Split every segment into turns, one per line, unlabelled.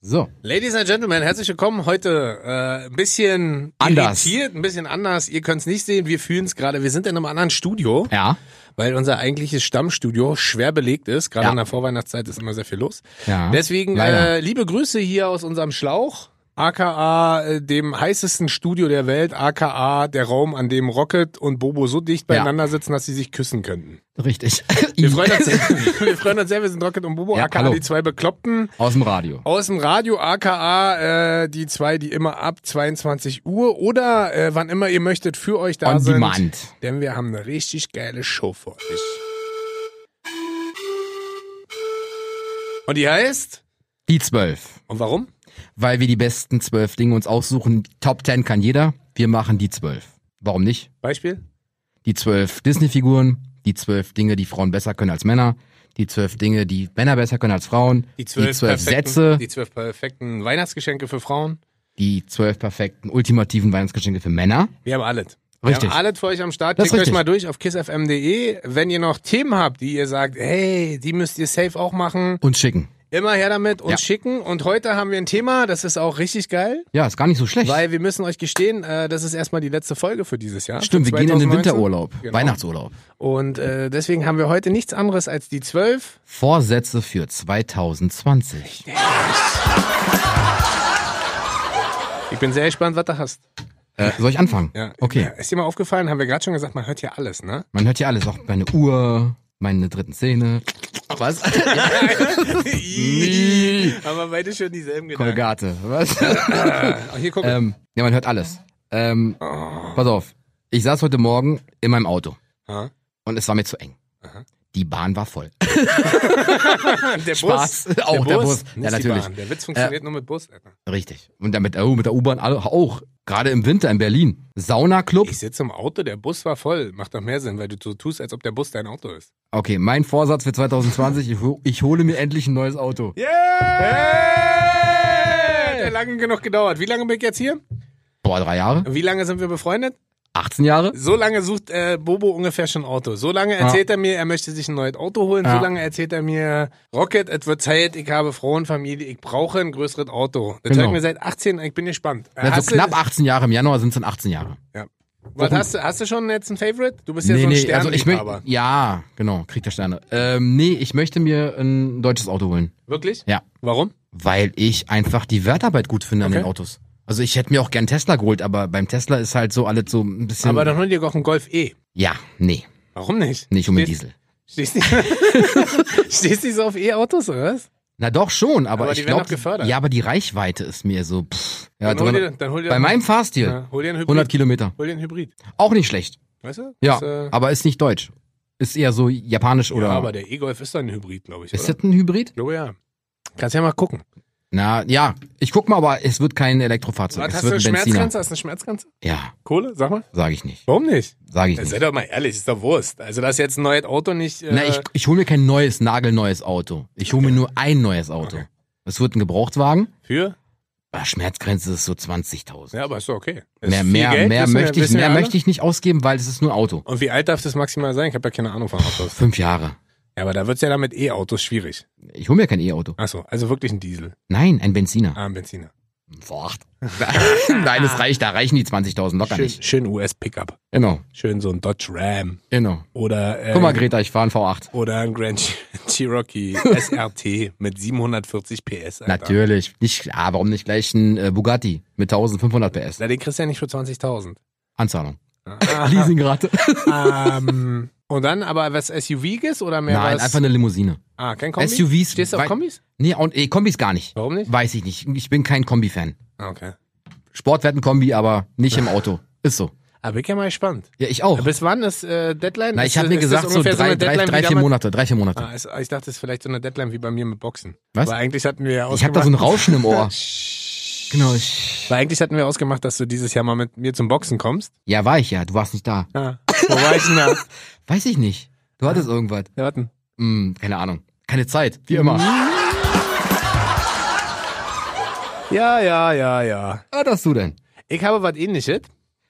So.
Ladies and Gentlemen, herzlich willkommen. Heute äh, ein bisschen
Anders.
irritiert, ein bisschen anders. Ihr könnt es nicht sehen, wir fühlen es gerade. Wir sind in einem anderen Studio,
Ja.
weil unser eigentliches Stammstudio schwer belegt ist. Gerade
Ja.
in der Vorweihnachtszeit ist immer sehr viel los.
Ja.
Deswegen
Leider.
äh, liebe Grüße hier aus unserem Schlauch, aka äh, dem heißesten Studio der Welt, aka der Raum, an dem Rocket und Bobo so dicht beieinander sitzen, dass sie sich küssen könnten.
Richtig.
Wir freuen uns sehr, wir, freuen uns sehr. wir sind Rocket und Bobo,
Ja,
aka
hallo.
die zwei Bekloppten.
Aus dem Radio.
Aus dem Radio, aka äh, die zwei, die immer ab 22 Uhr oder äh, wann immer ihr möchtet für euch da
On
sind.
demand.
Denn wir haben eine richtig geile Show für euch. Und die heißt?
Die zwölf.
Und warum?
Weil wir die besten zwölf Dinge uns aussuchen. Top Ten kann jeder. Wir machen die zwölf. Warum nicht?
Beispiel?
Die zwölf Disney-Figuren. Die zwölf Dinge, die Frauen besser können als Männer. Die zwölf Dinge, die Männer besser können als Frauen.
perfekten-
Sätze.
Die zwölf perfekten Weihnachtsgeschenke für Frauen.
Die zwölf perfekten, ultimativen Weihnachtsgeschenke für Männer.
Wir haben alles.
Richtig.
Wir haben alles für euch am Start.
Das ist
Klickt euch
richtig.
mal durch auf kissfm.de. Wenn ihr noch Themen habt, die ihr sagt, hey, die müsst ihr safe auch machen,
Und schicken.
immer her damit und
Ja.
schicken. Und heute haben wir ein Thema, das ist auch richtig geil,
Ja, ist gar nicht so schlecht.
weil wir müssen euch gestehen, äh, das ist erstmal die letzte Folge für dieses Jahr.
Stimmt,
für
wir gehen in den
2019.
Winterurlaub.
Genau.
Weihnachtsurlaub.
Und äh, deswegen haben wir heute nichts anderes als die zwölf.
Vorsätze für 2020.
Ich bin sehr gespannt, was du hast.
Äh, soll ich anfangen?
Ja.
Okay.
Ja, Ist dir mal aufgefallen, haben wir gerade schon gesagt, man hört hier alles, ne?
Man hört ja alles, auch meine Uhr, meine dritten Zähne. Was? Nie.
Aber beide schon dieselben Gedanken.
Kolgate. Was?
Ach, hier guck.
ähm, ja, man hört alles. Ähm,
Oh.
Pass auf. Ich saß heute Morgen in meinem Auto
Ja.
und es war mir zu eng. Die Bahn war voll.
Der
Spaß. Auch der Bus. Ja,
Nicht die
natürlich. Äh.
Bahn. Der Witz funktioniert nur mit Bus. Alter.
Richtig. Und dann mit, oh, mit der U-Bahn alle- auch. Gerade im Winter in Berlin. Saunaclub.
Ich sitze im Auto, der Bus war voll. Macht doch mehr Sinn, weil du so tust, als ob der Bus dein Auto ist.
Okay, mein Vorsatz für 2020, ich, ho- ich hole mir endlich ein neues Auto.
Yeah! Hey! Hat ja lange genug gedauert. Wie lange bin ich jetzt hier?
Boah, drei Jahre?
Wie lange sind wir befreundet?
18 Jahre?
So lange sucht äh, Bobo ungefähr schon ein Auto. So lange erzählt er mir, er möchte sich ein neues Auto holen.
Ja.
So lange erzählt er mir, Rocket, es wird Zeit, ich habe Frauenfamilie, ich brauche ein größeres Auto. Das
Genau.
hört mir seit 18, ich bin gespannt. Äh,
Also
hast du-
knapp 18 Jahre, im Januar sind es dann 18 Jahre.
Was hast du, hast du schon jetzt ein Favorite? Du bist ja so ein
also ich
Sternliebhaber.
möchte. Ja, genau, Krieg der Sterne. Ähm, nee, ich möchte mir ein deutsches Auto holen.
Wirklich?
Ja.
Warum?
Weil ich einfach die Wertarbeit gut finde an
Okay.
den Autos. Also ich hätte mir auch gern Tesla geholt, aber beim Tesla ist halt so alles so ein bisschen.
Aber dann hol dir doch einen Golf E.
ja, nee,
Warum nicht?
nicht um den
Stehst-
Diesel.
Stehst nicht, stehst nicht so auf E-Autos, oder was?
Na doch schon, aber,
Aber die
ich
werden
glaube,
doch gefördert.
ja, aber die Reichweite ist mir so. Pff, ja,
Dann hol dir,
300,
dann hol dir,
also bei meinem Fahrstil
ja, hol dir einen Hybrid.
100 Kilometer,
Hol dir einen Hybrid.
auch nicht schlecht.
Weißt du?
Ja,
Das, äh,
aber ist nicht deutsch, ist eher so japanisch oder.
ja, aber der E-Golf ist dann ein Hybrid, glaube ich.
ist
oder?
das ein Hybrid?
Ich glaube ja. Kannst ja mal gucken.
Na ja, ich guck mal, aber es wird kein Elektrofahrzeug,
Was,
es
hast du eine
wird ein Benziner.
Schmerzgrenze? Hast du eine Schmerzgrenze?
Ja,
Kohle? Sag mal.
sage ich nicht.
Warum nicht?
Sage ich
Sei
nicht.
doch mal ehrlich, ist doch Wurst. Also, dass jetzt ein neues Auto nicht. Äh,
Na, ich, ich hole mir kein neues, nagelneues Auto. Ich hole mir nur ein neues Auto.
Okay.
Es wird ein Gebrauchtwagen.
Für?
Ah, Schmerzgrenze ist so 20.000.
Ja, aber ist doch okay. Ist
mehr
viel
mehr,
Geld,
mehr,
wissen wir-
möchte ich,
wissen wir
mehr
alle.
möchte ich nicht ausgeben, weil es ist nur Auto.
Und wie alt darf das maximal sein? Ich habe ja keine Ahnung von Autos.
Fünf Jahre.
Ja, aber da wird's ja dann mit E-Autos schwierig.
Ich hole mir kein E-Auto.
Achso, also wirklich ein Diesel.
Nein, ein Benziner.
Ah, ein Benziner.
Boah. Nein, es reicht, da reichen die 20.000 locker
Schön,
nicht.
schön US-Pickup.
Genau,
Schön so ein Dodge Ram.
genau.
Oder, äh,
Guck mal, Greta, ich fahre ein V8.
oder ein Grand Cherokee SRT mit 740 PS. Alter.
Natürlich. Nicht, ah, warum nicht gleich ein äh, Bugatti mit 1500 PS?
Na, den kriegst du ja nicht für 20.000.
Anzahlung.
Ah,
Leasingrate.
ähm, und dann aber was SUViges oder mehr
Nein,
was?
einfach eine Limousine.
ah, kein Kombi?
SUVs.
Stehst du auf
wei-
Kombis?
Nee, und eh, Kombis gar nicht.
Warum nicht?
Weiß ich nicht. Ich bin kein Kombi-Fan.
Ah, okay.
Sport wird ein Kombi, aber nicht im Auto. Ist so.
Aber Ah, bin ich ja mal gespannt.
Ja, ich auch.
Bis wann ist äh, Deadline?
Oh. Na,
Ist
ich habe
das-
mir
ist das
gesagt, so
ungefähr
drei,
eine
drei,
Deadline wie
drei, vier
damals?
Monate. Drei, vier Monate.
Ah, ist, ich dachte, es ist vielleicht so eine Deadline wie bei mir mit Boxen.
Was?
Weil eigentlich hatten wir ja
Ich habe da so ein
ausgemacht,
Rauschen im Ohr. Genau.
weil eigentlich hatten wir ausgemacht, dass du dieses Jahr mal mit mir zum Boxen kommst.
Ja, war ich ja. Du warst nicht da.
Ah, wo war ich denn da?
Weiß ich nicht. Du hattest irgendwas.
Wir hatten.
Hm, keine Ahnung. Keine Zeit. Hm, Wie immer.
Ja, ja, ja, ja.
Was hast du denn?
Ich habe was ähnliches.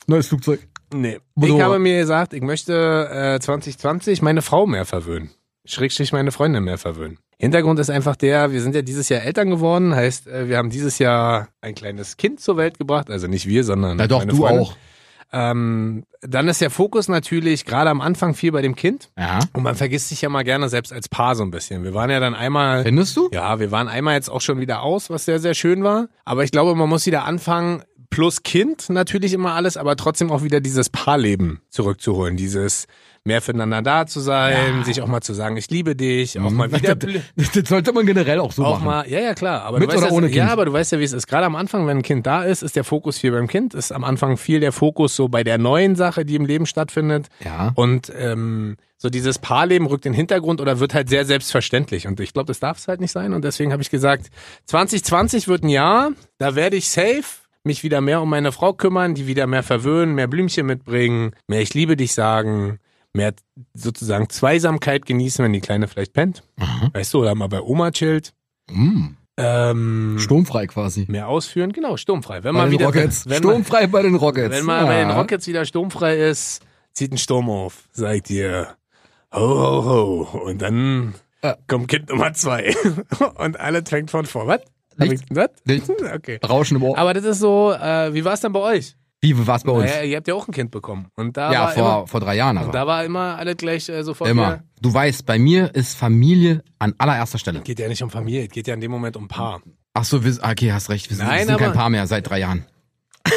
Neues Flugzeug.
Nee.
Wieso?
Ich habe mir gesagt, ich möchte äh, 2020 meine Frau mehr verwöhnen. Schrägstrich meine Freundin mehr verwöhnen. Hintergrund ist einfach der, wir sind ja dieses Jahr Eltern geworden, heißt, äh, wir haben dieses Jahr ein kleines Kind zur Welt gebracht, also nicht wir, sondern
Na doch,
meine
du
Freundin.
auch.
Ähm, dann ist der Fokus natürlich gerade am Anfang viel bei dem Kind
Ja.
und man vergisst sich ja mal gerne selbst als Paar so ein bisschen. Wir waren ja dann einmal
Findest du?
ja, wir waren einmal jetzt auch schon wieder aus, was sehr, sehr schön war. Aber ich glaube, man muss wieder anfangen, plus Kind natürlich immer alles, aber trotzdem auch wieder dieses Paarleben zurückzuholen. Dieses mehr füreinander da zu sein, sich auch mal zu sagen, ich liebe dich,
Mhm.
auch mal wieder.
Das, das sollte man generell auch so
Auch
machen.
mal, ja, ja, klar. Aber
Mit
du weißt
oder
ja,
ohne
Ja,
Kind?
aber du weißt ja, wie es ist. Gerade am Anfang, wenn ein Kind da ist, ist der Fokus viel beim Kind. Ist am Anfang viel der Fokus so bei der neuen Sache, die im Leben stattfindet.
Ja.
Und ähm, so dieses Paarleben rückt in den Hintergrund oder wird halt sehr selbstverständlich. Und ich glaube, das darf es halt nicht sein. Und deswegen habe ich gesagt, 2020 wird ein Jahr, da werde ich safe mich wieder mehr um meine Frau kümmern, die wieder mehr verwöhnen, mehr Blümchen mitbringen, mehr Ich liebe dich sagen, mehr sozusagen Zweisamkeit genießen, wenn die Kleine vielleicht pennt.
Mhm.
Weißt du, oder mal bei Oma chillt.
Mm.
Ähm,
Sturmfrei quasi.
mehr ausführen, genau, sturmfrei. Wenn
Bei
man
den
wieder
Rockets.
Wenn man,
Sturmfrei bei den Rockets. Ah.
wenn mal bei den
Ja.
Rockets wieder sturmfrei ist, zieht ein Sturm auf, sagt ihr. Ho, ho, ho. Und dann
Ja.
kommt Kind Nummer zwei. Und alles fängt von vor. Was? Hab ich
Nichts.
was?
Nicht?
Okay.
Rauschen im Ohr.
Aber das ist so, äh, wie war es denn bei euch?
Wie war's bei uns?
Naja, ihr habt ja auch ein Kind bekommen. Und da
ja,
war immer,
vor, vor drei Jahren aber.
da war immer alles gleich äh, sofort.
Immer.
wieder-
Du weißt, bei mir ist Familie an allererster Stelle.
Geht ja nicht um Familie, es geht ja in dem Moment um Paar.
Ach so, wir, okay, hast recht. Wir sind,
Nein,
wir sind kein
aber-
Paar mehr seit drei Jahren.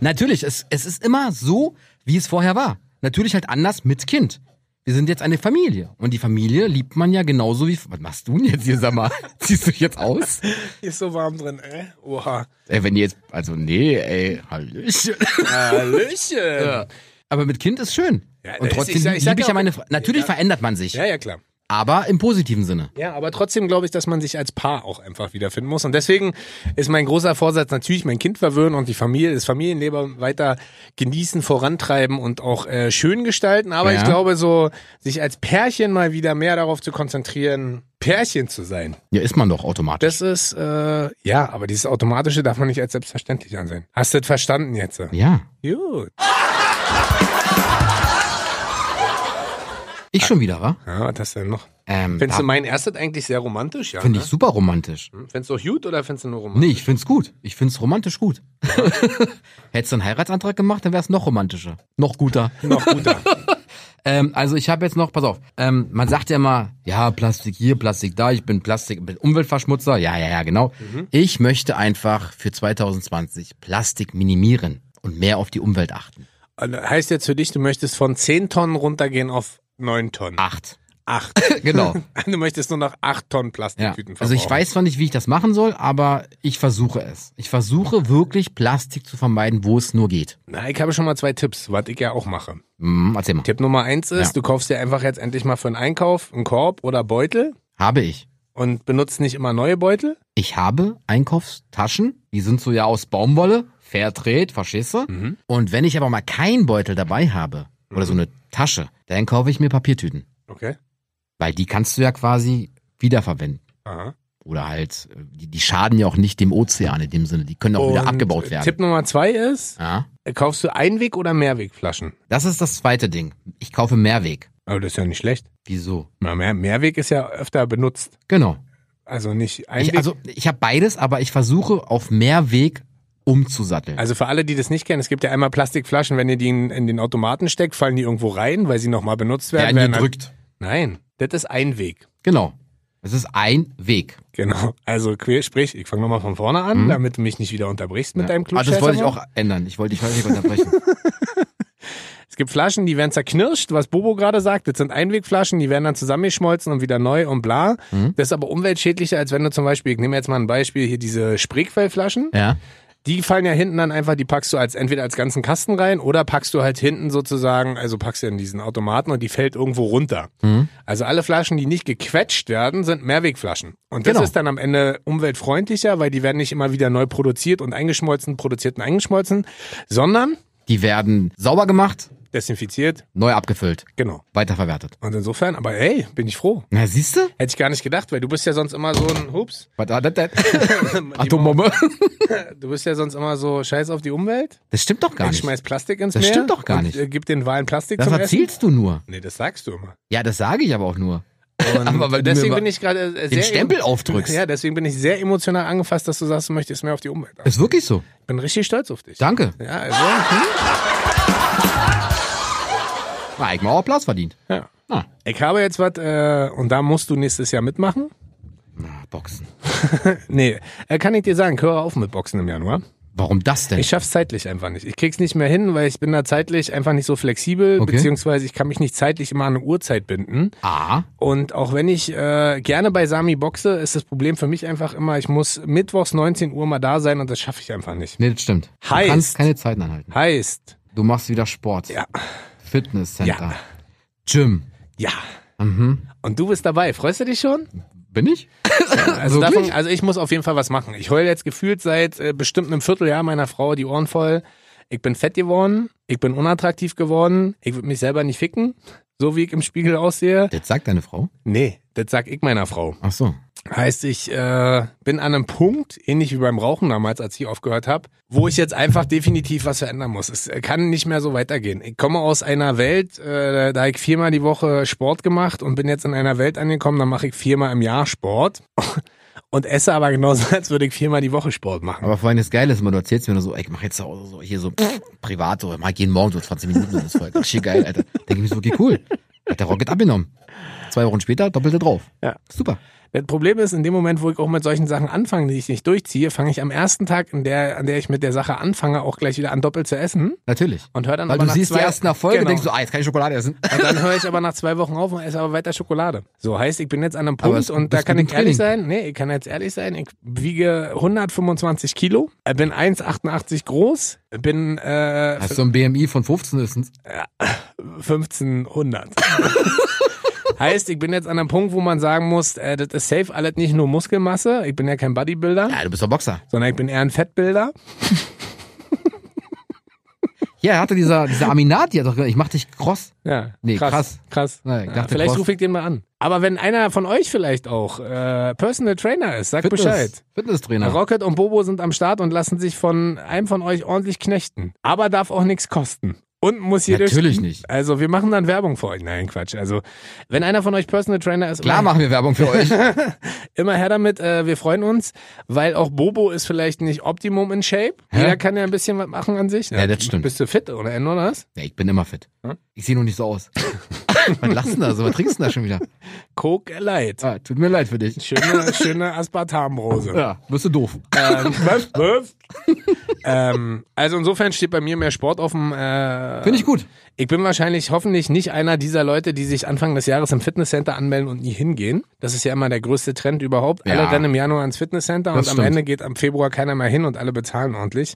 Natürlich, es, es ist immer so, wie es vorher war. Natürlich halt anders mit Kind. Wir sind jetzt eine Familie. Und die Familie liebt man ja genauso wie. Was machst du denn jetzt hier, sag mal? Ziehst du dich jetzt aus?
Ist so warm drin, ey. Oha.
Ey, wenn ihr jetzt. Also, nee, ey, Hallöchen.
Hallöchen. Ja.
Aber mit Kind ist schön.
Ja,
Und
das ist-
trotzdem
ich sag- ich sag
liebe ich
ja
ja
auch-
meine. Fra- Natürlich
Ja.
verändert man sich.
ja, ja, klar.
Aber im positiven Sinne.
Ja, aber trotzdem glaube ich, dass man sich als Paar auch einfach wiederfinden muss. Und deswegen ist mein großer Vorsatz natürlich, mein Kind verwöhnen und die Familie, das Familienleben weiter genießen, vorantreiben und auch äh, schön gestalten. Aber
Ja.
ich glaube, so sich als Pärchen mal wieder mehr darauf zu konzentrieren, Pärchen zu sein.
Ja, ist man doch automatisch.
Das ist, äh, ja, aber dieses Automatische darf man nicht als selbstverständlich ansehen. Hast du das verstanden jetzt?
Ja.
Gut.
Ich schon wieder, wa?
Ja, was hast du denn noch?
Ähm,
Findest
da-
du meinen erstes eigentlich sehr romantisch? Ja,
Finde
ne?
ich super romantisch.
Findest du auch gut oder findest du nur romantisch?
Mhm. Nee, ich find's gut. Ich find's romantisch gut. Hättest du einen Heiratsantrag gemacht, dann wär's noch romantischer. Noch guter.
Noch guter.
ähm, also ich habe jetzt noch, pass auf, ähm, man sagt ja immer, ja, Plastik hier, Plastik da, ich bin Plastik, bin Umweltverschmutzer. Ja, ja, ja, genau. Ich möchte einfach für 2020 Plastik minimieren und mehr auf die Umwelt achten.
Also Heißt jetzt für dich, du möchtest von 10 Tonnen runtergehen auf 9 Tonnen.
Acht.
8.
Genau.
Du möchtest nur noch 8 Tonnen
Ja.
Plastiktüten
Also ich
verbrauchen.
weiß zwar nicht, wie ich das machen soll, aber ich versuche es. Ich versuche wirklich Plastik zu vermeiden, wo es nur geht.
Na, ich habe schon mal zwei Tipps, was ich ja auch mache.
Hm, erzähl mal.
Tipp Nummer eins ist,
Ja.
du kaufst dir einfach jetzt endlich mal für einen Einkauf einen Korb oder Beutel
Habe ich.
und benutzt nicht immer neue Beutel.
ich habe Einkaufstaschen, die sind so ja aus Baumwolle, Fairtrade, verstehst du?
Mhm.
Und wenn ich aber mal keinen Beutel dabei habe oder so eine Tasche, dann kaufe ich mir Papiertüten,
Okay.
weil die kannst du ja quasi wiederverwenden.
Aha.
Oder halt, äh, die, die schaden ja auch nicht dem Ozean in dem Sinne, die können auch wieder
Und äh,
abgebaut werden.
Tipp Nummer zwei ist,
Ja?
äh, kaufst du Einweg- oder Mehrwegflaschen?
Das ist das zweite Ding. Ich kaufe Mehrweg.
Aber das ist ja nicht schlecht.
Wieso?
Na, Mehr, Mehrweg ist ja öfter benutzt.
Genau.
Also nicht Einweg.
Ich, also ich habe beides, aber ich versuche auf Mehrweg umzusatteln.
Also für alle, die das nicht kennen, es gibt ja einmal Plastikflaschen, wenn ihr die in, in den Automaten steckt, fallen die irgendwo rein, weil sie nochmal benutzt
Der
werden.
einen
werden dann-
drückt.
Nein, das ist ein Weg.
Genau. Es ist ein Weg.
Genau. Also quer- sprich, ich fange nochmal von vorne an, damit du mich nicht wieder unterbrichst mit
Mhm. Ja.
deinem
Ah,
Klugscheißer.
das wollte ich auch ändern. Ich wollte dich heute nicht unterbrechen.
Es gibt Flaschen, die werden zerknirscht, was Bobo gerade sagt. Das sind Einwegflaschen, die werden dann zusammengeschmolzen und wieder neu und bla.
Mhm.
Das ist aber umweltschädlicher, als wenn du zum Beispiel, ich nehme jetzt mal ein Beispiel, hier diese Spreequellflaschen.
ja.
Die fallen ja hinten dann einfach, die packst du als entweder als ganzen Kasten rein oder packst du halt hinten sozusagen, also packst du in diesen Automaten und die fällt irgendwo runter.
Mhm.
Also alle Flaschen, die nicht gequetscht werden, sind Mehrwegflaschen. Und das
Genau.
ist dann am Ende umweltfreundlicher, weil die werden nicht immer wieder neu produziert und eingeschmolzen, produziert und eingeschmolzen, sondern
Die werden sauber gemacht,
desinfiziert,
neu abgefüllt,
genau.
weiterverwertet.
Und insofern, aber hey, bin ich froh.
Na, siehst du?
Hätte ich gar nicht gedacht, weil du bist ja sonst immer so ein, hups,
Was war das denn? Atombombe.
du bist ja sonst immer so scheiß auf die Umwelt,
Das stimmt doch gar
ich
nicht.
schmeiß Plastik ins
Das
Meer.
stimmt doch gar
und,
nicht.
äh, Gib den Wahlen Plastik
Das
zum Essen.
erzählst du nur.
Nee, das sagst du immer.
Ja, das sage ich aber auch nur.
Und
Aber weil du mir
deswegen
mal
bin ich gerade äh, sehr
den Stempel aufdrückst.
Ja, deswegen bin ich sehr emotional angefasst, dass du sagst, du möchtest mehr auf die Umwelt. achten.
Ist wirklich so.
Ich bin richtig stolz auf dich.
Danke.
Ja, also, hm,
Na, ich mal auch Applaus verdient. Ah,
ja.
Na,
Ich habe jetzt was, äh, und da musst du nächstes Jahr mitmachen.
na, Boxen.
Nee, äh, kann ich dir sagen, hör auf mit Boxen im Januar.
Warum das denn?
Ich schaff's zeitlich einfach nicht. Ich krieg's nicht mehr hin, weil ich bin da zeitlich einfach nicht so flexibel,
Okay.
beziehungsweise ich kann mich nicht zeitlich immer an eine Uhrzeit binden.
A.
Und auch wenn ich äh, gerne bei Sami boxe, ist das Problem für mich einfach immer, ich muss mittwochs 19 Uhr mal da sein und das schaffe ich einfach nicht.
Nee, das stimmt.
Heißt-
du kannst keine Zeiten anhalten.
Heißt,
Du machst wieder Sport.
Ja.
Fitnesscenter.
Ja.
Gym.
ja. Und du bist dabei. Freust du dich schon?
Bin ich?
Also,
Wirklich?
davon, also ich muss auf jeden Fall was machen. Ich heule jetzt gefühlt seit äh, bestimmt einem Vierteljahr meiner Frau die Ohren voll. Ich bin fett geworden. Ich bin unattraktiv geworden. Ich würde mich selber nicht ficken. So wie ich im Spiegel aussehe.
Das sagt deine Frau.
Nee, das sag ich meiner Frau.
Ach so.
Heißt, ich äh, bin an einem Punkt, ähnlich wie beim Rauchen damals, als ich aufgehört habe, wo ich jetzt einfach definitiv was verändern muss. Es äh, kann nicht mehr so weitergehen. Ich komme aus einer Welt, äh, da ich viermal die Woche Sport gemacht und bin jetzt in einer Welt angekommen, da mache ich viermal im Jahr Sport und esse aber genauso, als würde ich viermal die Woche Sport machen.
Aber vor allem das Geile ist immer, du erzählst mir nur so, ey, ich mach jetzt zu Hause so, hier so pff, privat, so, mach jeden Morgen so 20 Minuten, so, das ist voll richtig geil, Alter. Denke ich mir so, okay, cool. Hat der Rocket abgenommen. Zwei Wochen später, doppelte drauf.
Ja.
Super.
Das Problem ist, in dem Moment, wo ich auch mit solchen Sachen anfange, die ich nicht durchziehe, fange ich am ersten Tag, in der, an der ich mit der Sache anfange, auch gleich wieder an doppelt zu essen
Natürlich.
und höre dann
Weil
aber
du
nach
siehst
zwei,
die ersten Erfolge
Genau.
denkst du, ah, jetzt kann ich Schokolade essen.
Und dann höre ich aber nach zwei Wochen auf und esse aber weiter Schokolade. So heißt, ich bin jetzt an einem
Aber
Punkt
es-
und da
das
kann
mit
ich
dem
ehrlich sein. Nee, ich kann jetzt ehrlich sein. Ich wiege 125 Kilo, äh, bin 1,88 groß, bin äh,
Hast du ein BMI von 15 höchstens?
1500. heißt, ich bin jetzt an einem Punkt, wo man sagen muss, äh, das ist safe alles nicht nur Muskelmasse. Ich bin ja kein Bodybuilder,
Ja, du bist doch Boxer.
sondern ich bin eher ein Fettbilder.
Ja, er hatte dieser, dieser Aminati, hat doch gesagt, ich mach dich cross.
Ja,
Nee,
krass.
krass.
Krass.
Ja, ich
ja,
dachte,
vielleicht
krass.
rufe ich den mal an. Aber wenn einer von euch vielleicht auch äh, Personal Trainer ist, sagt Bescheid.
Fitnesstrainer.
Rocket und Bobo sind am Start und lassen sich von einem von euch ordentlich knechten. Aber darf auch nichts kosten. Und muss hier durch-
Natürlich nicht.
Also wir machen dann Werbung für euch. Nein, Quatsch. Also wenn einer von euch Personal Trainer ist,
Klar
immer,
machen wir Werbung für euch.
immer her damit. Äh, wir freuen uns, weil auch Bobo ist vielleicht nicht Optimum in Shape. Jeder kann ja ein bisschen was machen an sich.
Ja, das stimmt.
Bist du fit oder ändern das?
Ja, ich bin immer fit.
Hm?
Ich sehe nur nicht so aus. was lachst du denn da so? Was trinkst du denn da schon wieder?
Coke Light.
Ah, tut mir leid für dich.
Schöne, schöne Aspartamrose.
Ja, wirst du doof.
ähm, was, was? ähm, also insofern steht bei mir mehr Sport auf dem äh,
Finde ich gut.
Ich bin wahrscheinlich hoffentlich nicht einer dieser Leute, die sich Anfang des Jahres im Fitnesscenter anmelden und nie hingehen. Das ist ja immer der größte Trend überhaupt. Alle
Ja.
rennen im Januar ins Fitnesscenter und
Das
am
stimmt. Mhm.
Ende geht am Februar keiner mehr hin und alle bezahlen ordentlich.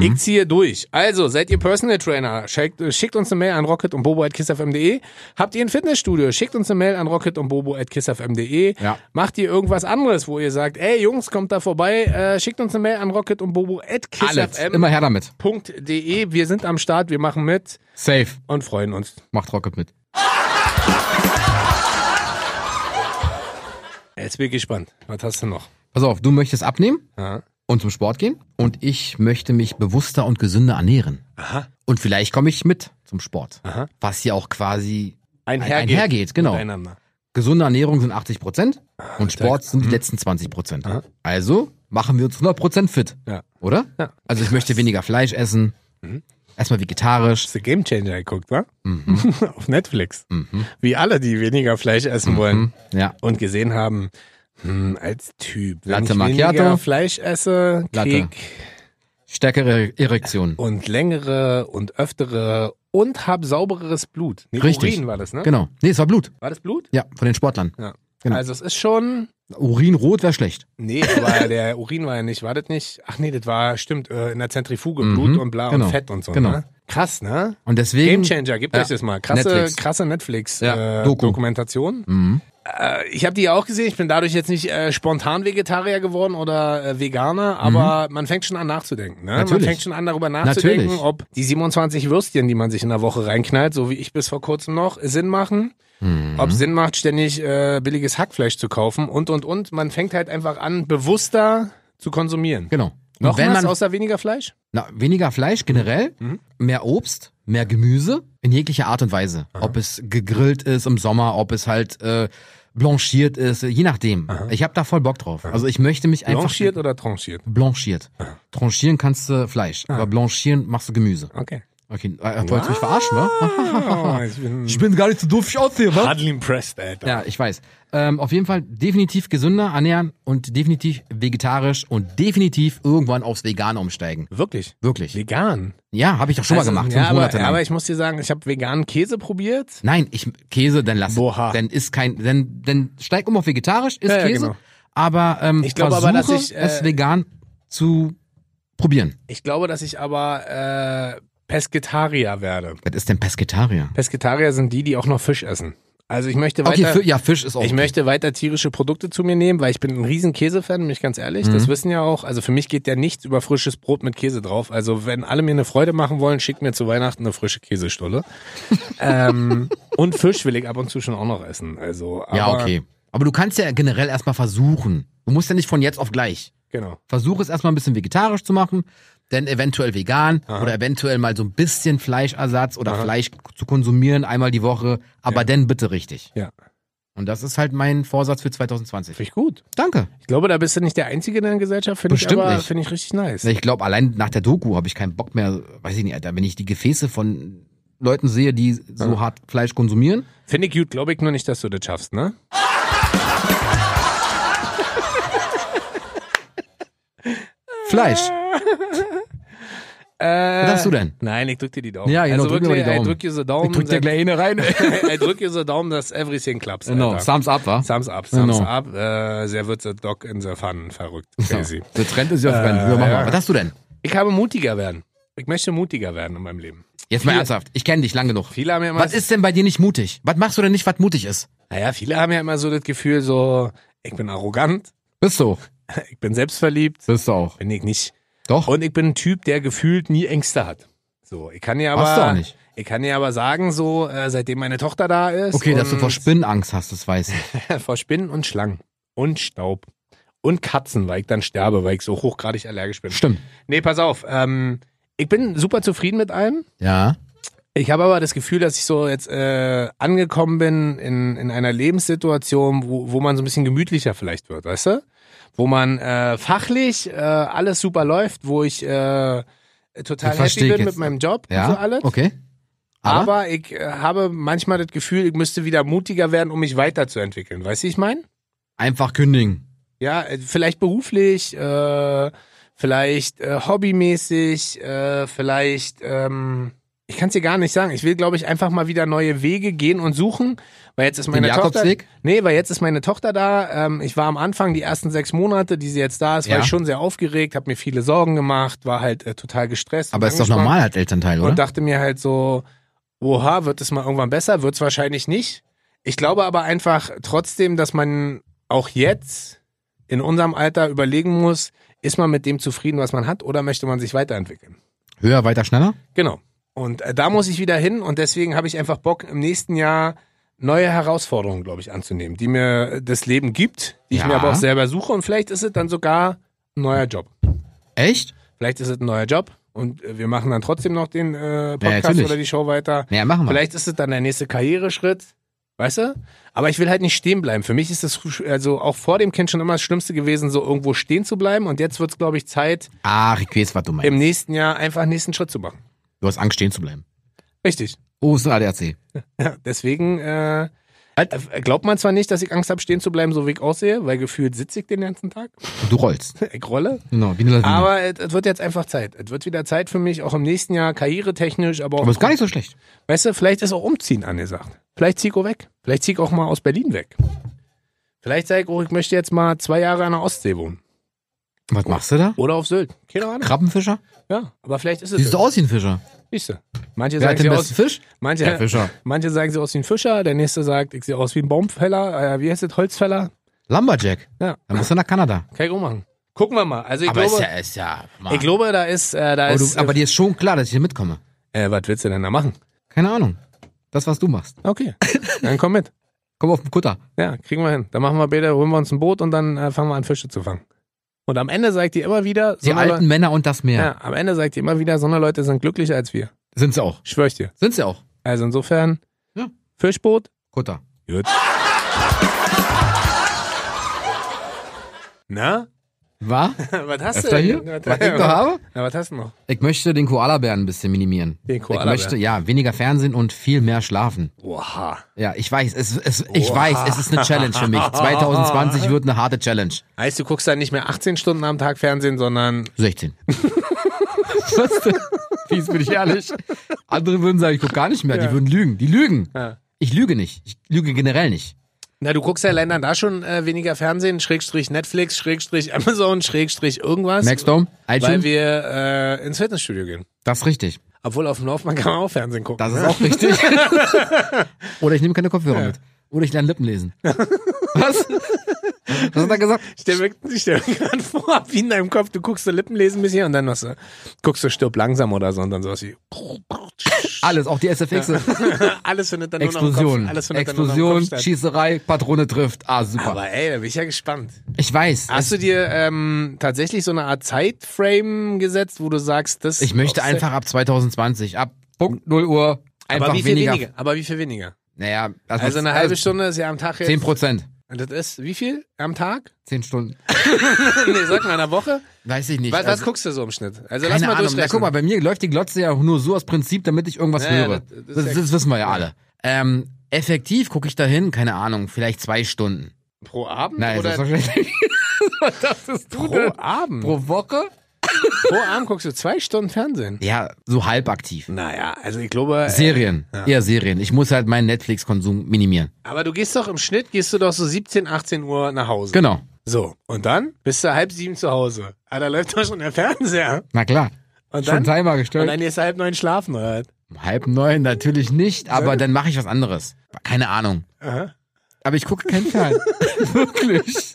Ich ziehe durch. Also, seid ihr Personal Trainer? Schickt, äh, schickt uns eine Mail an rocket und bobo at kissfm.de. Habt ihr ein Fitnessstudio? Schickt uns eine Mail an rocket und bobo at kissfm.de.
Ja.
Macht ihr irgendwas anderes, wo ihr sagt, ey Jungs, kommt da vorbei, äh, schickt uns eine Mail an rocket und bobo at
Alles. Immer her damit.
kissfm.de. Wir sind am Start, wir machen mit
Safe.
und freuen uns.
Macht Rocket mit.
Jetzt bin ich gespannt. Was hast du noch?
Pass auf, du möchtest abnehmen
Ja.
und zum Sport gehen. Und ich möchte mich bewusster und gesünder ernähren.
Aha.
Und vielleicht komme ich mit zum Sport.
Aha.
Was ja auch quasi
Einhergeht.
einhergeht, genau.
Miteinander.
Gesunde Ernährung sind 80 Prozent und Sport sind die
Mhm.
letzten 20 Prozent.
Aha.
Also machen wir uns 100 Prozent fit,
Ja.
oder?
Ja.
Also ich möchte weniger Fleisch essen,
Mhm.
erstmal vegetarisch.
Hast du Game Changer geguckt, wa?
Mhm.
Auf Netflix.
Mhm.
Wie alle, die weniger Fleisch essen wollen
Mhm. Ja,
und gesehen haben, hm, als Typ. Wenn
Latte
ich
Macchiato.
weniger Fleisch esse,
Latte.
krieg
stärkere Erektion.
und längere und öftere und hab saubereres Blut. Nee,
Richtig.
Urin war das, ne?
Genau. Nee, es war Blut.
War das Blut?
Ja, von den Sportlern. Genau.
Also es ist schon...
Urinrot wäre schlecht.
Nee, aber der Urin war ja nicht, war das nicht? Ach nee, das war, stimmt, äh, in der Zentrifuge,
Mhm.
Blut und bla
Genau.
und Fett und so.
Genau.
Ne? Krass, ne?
Und deswegen.
Game Changer, gibt
Ja.
euch das mal. Krasse Netflix,
Netflix.
krasse Netflix
Ja,
äh,
Doku.
Dokumentation.
Mhm.
Äh, ich habe die ja auch gesehen. Ich bin dadurch jetzt nicht äh, spontan Vegetarier geworden oder äh, Veganer, aber man fängt schon an nachzudenken. Ne? Man
Mhm. Natürlich.
fängt schon an darüber nachzudenken,
Natürlich.
ob die 27 Würstchen, die man sich in der Woche reinknallt, so wie ich bis vor kurzem noch, Sinn machen.
Mhm.
Ob Sinn macht, ständig äh, billiges Hackfleisch zu kaufen und und und. Man fängt halt einfach an, bewusster zu konsumieren.
Genau. Und
Noch
wenn
was
man
außer weniger Fleisch?
na, weniger Fleisch generell,
Mhm.
mehr Obst, mehr Gemüse in jeglicher Art und Weise. Ob es gegrillt ist im Sommer, ob es halt äh, blanchiert ist, je nachdem. Ich habe da voll Bock drauf. Also ich möchte mich einfach
Blanchiert Ah. oder tranchiert?
blanchiert. Tranchieren kannst du Fleisch, aber blanchieren machst du Gemüse.
Okay.
Okay, äh, wolltest du mich verarschen, wa?
Oh, ich bin
ich bin gar nicht so doof, wie ich aussehe, wa?
hardly impressed, Alter.
Ja, ich weiß. Ähm, auf jeden Fall definitiv gesünder ernähren und definitiv vegetarisch und definitiv irgendwann aufs Vegane umsteigen.
Wirklich?
Wirklich.
Vegan?
Ja, habe ich doch schon
Also,
mal gemacht.
Ja,
fünf
aber,
Monate lang.
aber ich muss dir sagen, ich habe veganen Käse probiert.
Nein, ich Käse, dann lass.
Boah.
Dann ist kein, dann, dann steig um auf vegetarisch, ist
Ja, ja,
Käse.
genau.
Aber ähm,
Ich glaube aber,
versuche
dass ich, äh,
es vegan zu probieren.
Ich glaube, dass ich aber äh, Pesketarier werde.
Was ist denn Pesketarier?
Pesketarier sind die, die auch noch Fisch essen. Also ich möchte
Okay,
weiter...
Fi- ja, Fisch ist auch.
Ich
okay.
möchte weiter tierische Produkte zu mir nehmen, weil ich bin ein riesen Käsefan, bin ich ganz ehrlich. Das
Mhm.
wissen ja auch. Also für mich geht ja nichts über frisches Brot mit Käse drauf. Also wenn alle mir eine Freude machen wollen, schickt mir zu Weihnachten eine frische Käsestulle. ähm, und Fisch will ich ab und zu schon auch noch essen. Also aber,
ja, okay. Aber du kannst ja generell erstmal versuchen. Du musst ja nicht von jetzt auf gleich.
Genau.
Versuche es erstmal ein bisschen vegetarisch zu machen, dann eventuell vegan oder eventuell mal so ein bisschen Fleischersatz oder Fleisch zu konsumieren einmal die Woche, aber dann bitte richtig.
Ja,
Und das ist halt mein Vorsatz für 2020.
finde ich gut.
Danke.
Ich glaube, da bist du nicht der Einzige in der Gesellschaft. Finde ich
Bestimmt
aber
nicht.
finde ich richtig nice.
Ich glaube, allein nach der Doku habe ich keinen Bock mehr, weiß ich nicht, Alter, wenn ich die Gefäße von Leuten sehe, die so hart Fleisch konsumieren.
Finde ich gut. Glaube ich nur nicht, dass du das schaffst, ne?
Fleisch. Was sagst du denn?
Nein, ich drück dir die Daumen.
Ja, genau,
also
drück mir mal die
wirklich, ey,
Daumen.
drück dir so Daumen. sag-
eine rein.
Ey, drück dir so Daumen, dass everything klappt.
Genau,
Alter.
Thumbs up, wa?
Thumbs up, Thumbs
Genau.
up. Äh, there wird the dog in the fun. Verrückt. Crazy.
Der Trend ist ja Trend. Ja, mach mal. Was hast du denn?
Ich habe mutiger werden. Ich möchte mutiger werden in meinem Leben.
Jetzt mal ernsthaft, ich kenne dich lang genug.
Viele haben ja immer,
Was ist denn bei dir nicht mutig? Was machst du denn nicht, was mutig ist?
naja, viele haben ja immer so das Gefühl, so, ich bin arrogant,
Bist du.
ich bin selbstverliebt,
Bist du auch.
bin ich nicht.
Doch.
Und ich bin ein Typ, der gefühlt nie Ängste hat. So, ich kann ja aber,
Hast du auch nicht.
ich kann ja aber sagen, so, äh, seitdem meine Tochter da ist.
okay, dass du
und-
vor Spinnenangst hast, das weiß ich.
vor Spinnen und Schlangen und Staub und Katzen, weil ich dann sterbe, weil ich so hochgradig allergisch bin.
Stimmt.
Nee, pass auf. Ähm, ich bin super zufrieden mit allem.
Ja.
Ich habe aber das Gefühl, dass ich so jetzt äh, angekommen bin in, in einer Lebenssituation, wo, wo man so ein bisschen gemütlicher vielleicht wird, weißt du? Wo man äh, fachlich äh, alles super läuft, wo ich äh, total happy
verstehe
bin mit
jetzt.
meinem Job
Ja.
und so alles.
Okay. Aber,
Aber, ich äh, habe manchmal das Gefühl, ich müsste wieder mutiger werden, um mich weiterzuentwickeln. Weißt du, wie ich meine?
einfach kündigen.
Ja, äh, vielleicht beruflich, äh, vielleicht äh, hobbymäßig, äh, vielleicht, ähm, ich kann es dir gar nicht sagen. Ich will, glaube ich, einfach mal wieder neue Wege gehen und suchen, weil jetzt ist meine Tochter.
Jakobsweg?
Nee, weil jetzt ist meine Tochter da. Ähm, ich war am Anfang die ersten sechs Monate, die sie jetzt da ist, war
Ja.
ich schon sehr aufgeregt, habe mir viele Sorgen gemacht, war halt äh, total gestresst.
Aber
und
ist doch
angespannt
normal als Elternteil,
und
oder?
dachte mir halt so, oha, wird es mal irgendwann besser? Wird es wahrscheinlich nicht. Ich glaube aber einfach trotzdem, dass man auch jetzt in unserem Alter überlegen muss, ist man mit dem zufrieden, was man hat, oder möchte man sich weiterentwickeln?
Höher, weiter, schneller?
Genau. Und äh, da muss ich wieder hin und deswegen habe ich einfach Bock, im nächsten Jahr neue Herausforderungen, glaube ich, anzunehmen, die mir äh, das Leben gibt, die ich
Ja.
mir aber auch selber suche und vielleicht ist es dann sogar ein neuer Job.
Echt?
Vielleicht ist es ein neuer Job und äh, wir machen dann trotzdem noch den äh, Podcast
natürlich.
oder die Show weiter.
Naja, machen wir.
Vielleicht ist es dann der nächste Karriereschritt. Weißt du? Aber ich will halt nicht stehen bleiben. Für mich ist das sch- also auch vor dem Kind schon immer das Schlimmste gewesen, so irgendwo stehen zu bleiben. Und jetzt wird es, glaube ich, Zeit,
Ach, ich weiß, was du meinst.
im nächsten Jahr einfach einen nächsten Schritt zu machen.
Du hast Angst, stehen zu bleiben.
Richtig.
Oh, ist ein ADAC.
Ja, deswegen äh, äh, glaubt man zwar nicht, dass ich Angst habe, stehen zu bleiben, so wie ich aussehe, weil gefühlt sitze ich den ganzen Tag.
Du rollst.
ich rolle.
Genau, wie eine
Mhm.
Lawine. Aber,
Aber es, es wird jetzt einfach Zeit. Es wird wieder Zeit für mich, auch im nächsten Jahr, karrieretechnisch, aber auch
ist gar nicht so schlecht.
Weißt du, vielleicht ist auch Umziehen angesagt. Vielleicht zieh ich auch weg. Vielleicht zieh ich auch mal aus Berlin weg. Vielleicht sage ich, oh, ich möchte jetzt mal zwei Jahre an der Ostsee wohnen.
Was machst du da?
Oder auf Sylt. Keine Ahnung.
Krabbenfischer?
Ja, aber vielleicht ist es.
Siehst du
das.
aus wie ein Fischer?
Siehst du. Manche
Wer
sagen,
hat den
sie
besten
aus,
Fisch?
manche,
Der Fischer.
manche sagen, sie aus wie ein Fischer. Der nächste sagt, ich sehe aus wie ein Baumfäller. Äh, wie heißt das? Holzfäller.
Lumberjack.
Ja,
Dann musst du nach Kanada.
kann ich auch machen. Gucken wir mal. Also ich
aber
glaube,
ist ja, ist ja, Mann.
ich glaube, da ist, äh, da
aber,
ist.
du, aber
äh,
dir ist schon klar, dass ich hier mitkomme.
äh, was willst du denn da machen?
Keine Ahnung. Das, was du machst.
Okay, dann komm mit.
Komm auf den Kutter.
Ja, kriegen wir hin. Dann machen wir später, holen wir uns ein Boot und dann äh, fangen wir an, Fische zu fangen. Und am Ende sagt ihr immer wieder,
Die
so eine
alten
Leu-
Männer und das Meer.
ja, am Ende sagt ihr immer wieder, so eine Leute sind glücklicher als wir.
Sind sie auch.
Schwör ich dir.
Sind sie auch.
Also insofern,
Ja.
Fischboot.
Kutter.
Gut. Na?
War?
Was hast
Öfter
du
hier?
denn?
Was ich da habe?
Na, was hast du noch?
Ich möchte den Koalabären ein bisschen minimieren.
Den
ich
Koalabären.
möchte, ja, weniger Fernsehen und viel mehr schlafen.
Oha.
Ja, ich weiß, es, es, ich
Oha.
weiß, es ist eine Challenge für mich. 2020 wird eine harte Challenge.
Heißt, du guckst dann nicht mehr 18 Stunden am Tag Fernsehen, sondern
16. Was denn? Fies bin ich ehrlich. Andere würden sagen, ich gucke gar nicht mehr. Die würden lügen. Die lügen.
Ja.
Ich lüge nicht. Ich lüge generell nicht.
Na, du guckst ja leider da schon äh, weniger Fernsehen, Schrägstrich Netflix, Schrägstrich Amazon, Schrägstrich irgendwas,
Maxdome,
weil
iTunes,
wir äh, ins Fitnessstudio gehen.
das ist richtig.
Obwohl auf dem Laufband kann man auch Fernsehen gucken.
Das ist auch richtig. Oder ich nehme keine Kopfhörer mit. Oder ich lerne Lippen lesen. Was? Was hat er gesagt?
ich stelle mir, ich stell mir gerade vor, wie in deinem Kopf, du guckst so Lippenlesen ein bisschen und dann was, äh, guckst du Stirb langsam oder so und dann sowas wie
Alles, auch die SFX.
alles findet dann nur noch im
Explosion.
Kopf. Alles findet dann nur noch
Explosion,
im Kopf statt.
Schießerei, Patrone trifft. Ah, super.
Aber Ah, ey, da bin ich ja gespannt.
Ich weiß.
Hast
es-
du dir ähm, tatsächlich so eine Art Zeitframe gesetzt, wo du sagst, das
Ich möchte einfach ab 2020, ab Punkt 0 Uhr, einfach
aber wie viel
weniger.
weniger? Aber wie viel weniger?
Naja, das
Also eine halbe Stunde ist ja am Tag jetzt.
10 Prozent.
Und Das ist wie viel am Tag?
10 Stunden.
nee, sag mal in der Woche.
Weiß ich nicht.
Was, was
also,
guckst du so im Schnitt? Also lass
keine
mal
Ahnung. Na,
durchrechnen.
guck mal, bei mir läuft die Glotze ja nur so aus Prinzip, damit ich irgendwas
Ja, ja,
höre.
das- das
das,
ist
das,
ja-
wissen wir ja alle. Ähm, effektiv gucke ich dahin, keine Ahnung, vielleicht zwei Stunden.
Pro Abend
Nein,
oder
das ist doch schlecht. Was dachtest du
pro
denn?
Abend? Pro,
Pro Woche?
Abend guckst du zwei Stunden Fernsehen.
Ja, so halb aktiv.
Naja, also ich glaube. äh,
Serien, eher Serien. Ich muss halt meinen Netflix-Konsum minimieren.
Aber du gehst doch im Schnitt, gehst du doch so 17, 18 Uhr nach Hause.
Genau.
So, und dann bist du halb sieben zu Hause. Ah, da läuft doch schon der Fernseher.
Na klar.
Und
Schon
dann,
Timer
und
gestellt.
dann gehst du halb neun schlafen, oder? was?
Um halb neun natürlich nicht, aber dann mache ich was anderes. Keine Ahnung.
Aha.
Aber ich gucke kein Fern. Wirklich.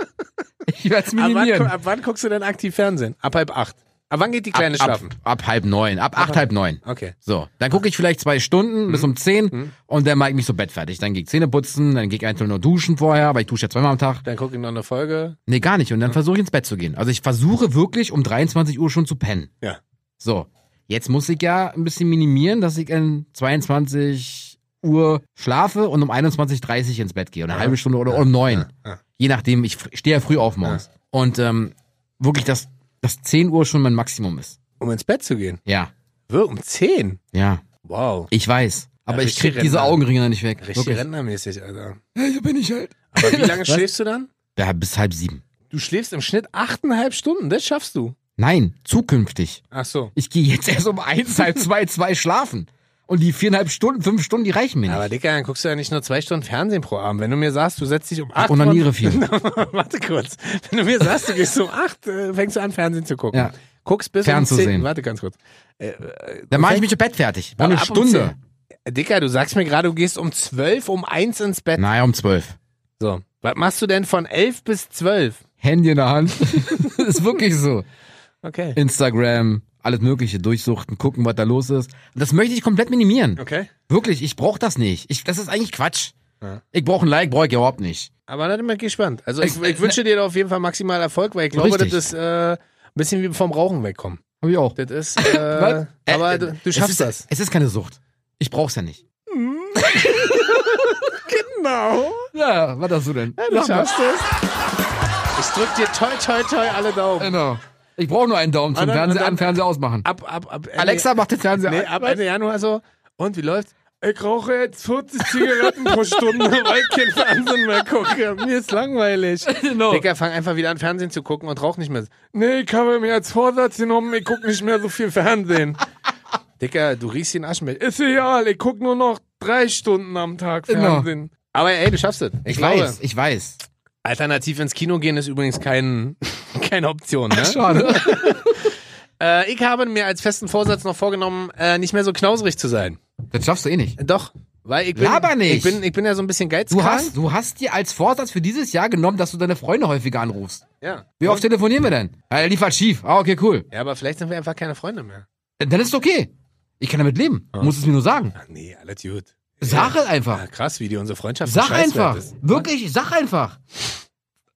Ich werde es
Ab wann,
minimieren.
ab wann guckst du denn aktiv Fernsehen? Ab halb acht. Ab wann geht die Kleine
ab,
schlafen?
ab halb neun, ab acht, halb neun.
Okay.
So, dann gucke ich vielleicht zwei Stunden
Mhm.
bis um zehn und dann mache ich mich so bettfertig. Dann gehe ich Zähne putzen, dann gehe ich einfach nur duschen vorher, weil ich dusche ja zweimal am Tag.
Dann guck ich noch eine Folge.
Nee, gar nicht. Und dann versuche ich ins Bett zu gehen. Also ich versuche wirklich um 23 Uhr schon zu pennen.
Ja.
So, jetzt muss ich ja ein bisschen minimieren, dass ich in 22 Uhr schlafe und um 21.30 Uhr ins Bett gehe. Oder eine
Ja.
halbe Stunde oder um neun.
ja.
Je nachdem, ich fr- stehe ja früh auf morgens. Und ähm, wirklich, dass, dass 10 Uhr schon mein Maximum ist.
Um ins Bett zu gehen.
Ja,
Wir, um zehn.
ja,
Wow.
ich weiß. Aber ich
richtig
krieg diese
Rentner.
Augenringe nicht weg.
Richtig
Wirklich.
rentnermäßig, Alter.
Ja, hier bin ich halt.
Aber wie lange
Was?
schläfst du dann?
Ja, bis halb sieben.
Du schläfst im Schnitt achteinhalb Stunden, das schaffst du.
Nein, zukünftig.
Ach so.
Ich gehe jetzt erst um eins, halb zwei, zwei schlafen. Und die viereinhalb Stunden, fünf Stunden, die reichen mir nicht.
Aber Dicker, dann guckst du ja nicht nur zwei Stunden Fernsehen pro Abend. Wenn du mir sagst, du setzt dich um acht.
onaniere viel.
warte kurz. Wenn du mir sagst, du gehst um acht, äh, fängst du an, Fernsehen zu gucken.
Ja.
Guckst bis um
Fernzusehen.
zehn. Warte ganz kurz.
Dann mache ich mich im Bett fertig. War
Aber
eine
ab um
Stunde.
zehn. Dicker, du sagst mir gerade, du gehst um zwölf, um eins ins Bett.
Naja, um zwölf.
So. Was machst du denn von elf bis zwölf?
Handy in der Hand. ist wirklich so.
Okay.
Instagram, alles Mögliche durchsuchten, gucken, was da los ist. Und das möchte ich komplett minimieren.
Okay.
Wirklich, ich brauche das nicht. Ich, das ist eigentlich Quatsch.
Ja.
Ich brauche ein Like, brauche ich überhaupt nicht.
Aber dann bin ich gespannt. Also
Es-
ich, ich wünsche dir da auf jeden Fall maximal Erfolg, weil ich glaube,
Richtig.
das ist äh, ein bisschen wie vom Rauchen wegkommen.
Hab ich auch.
Das ist, äh,
Äh,
aber
äh,
du, du
es
schaffst
ist,
das.
Es ist keine Sucht. Ich brauch's ja nicht.
Genau.
Ja, was hast du denn?
Du schaffst das. Ich drück dir toi, toi, toi alle Daumen.
Genau. Ich brauche nur einen Daumen zum
Und Ah, dann- und
Fernseher
dann-
an, Fernseher ausmachen.
Ab, ab, ab. Ende,
Alexa macht den Fernseher
Nee,
an.
ab Ende Januar so. Und wie läuft's? Ich rauche jetzt 40 Zigaretten pro Stunde, weil ich kein Fernsehen mehr gucke. Mir ist langweilig.
Genau.
Digga, fang einfach wieder an, Fernsehen zu gucken und rauch nicht mehr. Nee, ich habe mir als Vorsatz genommen, ich guck nicht mehr so viel Fernsehen. Dicker, du riechst den Aschenbecher. Ist egal, ich guck nur noch drei Stunden am Tag
Genau.
Fernsehen. Aber ey, du schaffst es. Ich,
Ich
glaube.
weiß, ich weiß.
Alternativ ins Kino gehen ist übrigens kein, keine Option. Ne?
Schade.
äh, ich habe mir als festen Vorsatz noch vorgenommen, äh, nicht mehr so knauserig zu sein.
Das schaffst du eh nicht.
Äh, Doch, weil ich bin,
Laber nicht.
ich bin, ich bin ja so ein bisschen geizkrank.
Du hast, du hast dir als Vorsatz für dieses Jahr genommen, dass du deine Freunde häufiger anrufst.
Ja.
Wie oft telefonieren wir denn? Ah, der liefert schief. Ah, okay, cool.
ja, aber vielleicht sind wir einfach keine Freunde mehr.
Dann ist es okay. Ich kann damit leben. Muss es mir nur sagen.
Ach Ah, nee, alles gut.
Sag es
Ah,
einfach.
krass, wie die unsere Freundschaft
Sag einfach.
Ist. ne?
Wirklich, sag einfach.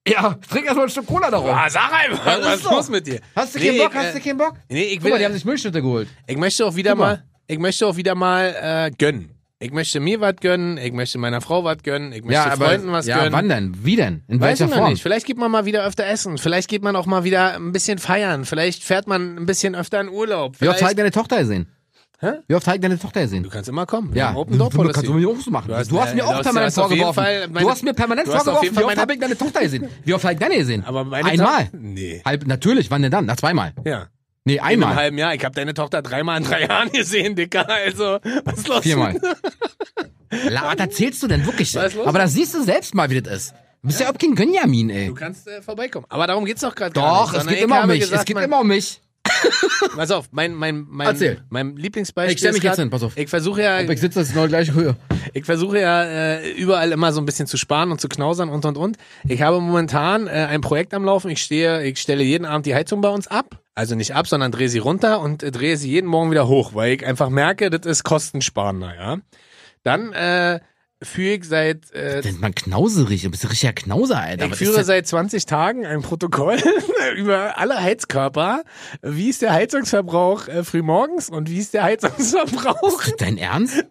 Ja, trink erstmal ein Stück Cola darauf.
Ah, sag einfach,
Ja, das
was
ist
ist
so.
los mit dir?
Hast du
Nee,
keinen Bock?
ich,
Hast du
äh,
keinen Bock?
Nee, ich
Guck mal, die haben
will,
sich Milchschnitte geholt.
ich möchte auch wieder
Guck mal.
mal, ich möchte auch wieder mal äh, gönnen. ich möchte mir was gönnen, ich möchte meiner Frau was gönnen, ich möchte
ja, aber
Freunden was
ja,
gönnen.
wann denn? Wie denn? In
Weiß
welcher
ich noch
Form?
nicht. Vielleicht geht man mal wieder öfter essen. Vielleicht geht man auch mal wieder ein bisschen feiern. Vielleicht fährt man ein bisschen öfter in Urlaub.
Wie oft
Vielleicht,
habe ich deine Tochter gesehen?
Hä?
Wie oft habe ich deine Tochter gesehen?
du kannst immer kommen. Wir
Ja,
haben Open Door
du kannst du
Policy.
mir auch so machen. Du hast,
äh,
mir
du
auch
hast-
permanent
du hast auf jeden
vorgeworfen.
Fall meine-
du hast mir permanent
du hast auf
vorgeworfen,
jeden
wie
Fall
oft
meine-
habe ich deine Tochter gesehen? Wie oft habe ich deine gesehen?
Aber meine
Einmal.
Tochter- Nee.
Halb, natürlich, wann denn dann? Na, zweimal.
Ja.
Nee,
In einem
einmal.
halben Jahr. Ich habe deine Tochter dreimal in drei Jahren gesehen, Dicker. Also, was ist los?
Viermal. La, was erzählst du denn wirklich?
Was ist los?
Aber da siehst du selbst mal, wie das ist. Du bist ja, auch kein Gönjamin, ey.
Du kannst äh, vorbeikommen. Aber darum geht's doch gerade gar
Doch, es
nicht. sondern
geht
ich
immer um
habe
mich.
gesagt,
es geht
mein-
immer um mich.
Pass auf, mein, mein, mein,
Erzähl.
mein Lieblingsbeispiel.
Ich stell mich
ist grad-
jetzt hin, pass auf.
Ich versuche ja,
Ich sitze jetzt genau in der gleichen Höhe.
ich versuche ja äh, überall immer so ein bisschen zu sparen und zu knausern und und und. Ich habe momentan äh, ein Projekt am Laufen. Ich stehe, ich stelle jeden Abend die Heizung bei uns ab. Also nicht ab, sondern drehe sie runter und äh, drehe sie jeden Morgen wieder hoch, weil ich einfach merke, das ist kostensparender, ja. Dann äh, führe ich seit äh,
Denn man knauserig. Du bist ein richtiger Knauser, Alter.
ich
Was
führe
ist das?
seit 20 Tagen ein Protokoll über alle Heizkörper. Wie ist der Heizungsverbrauch äh, frühmorgens und wie ist der Heizungsverbrauch,
Dein Ernst?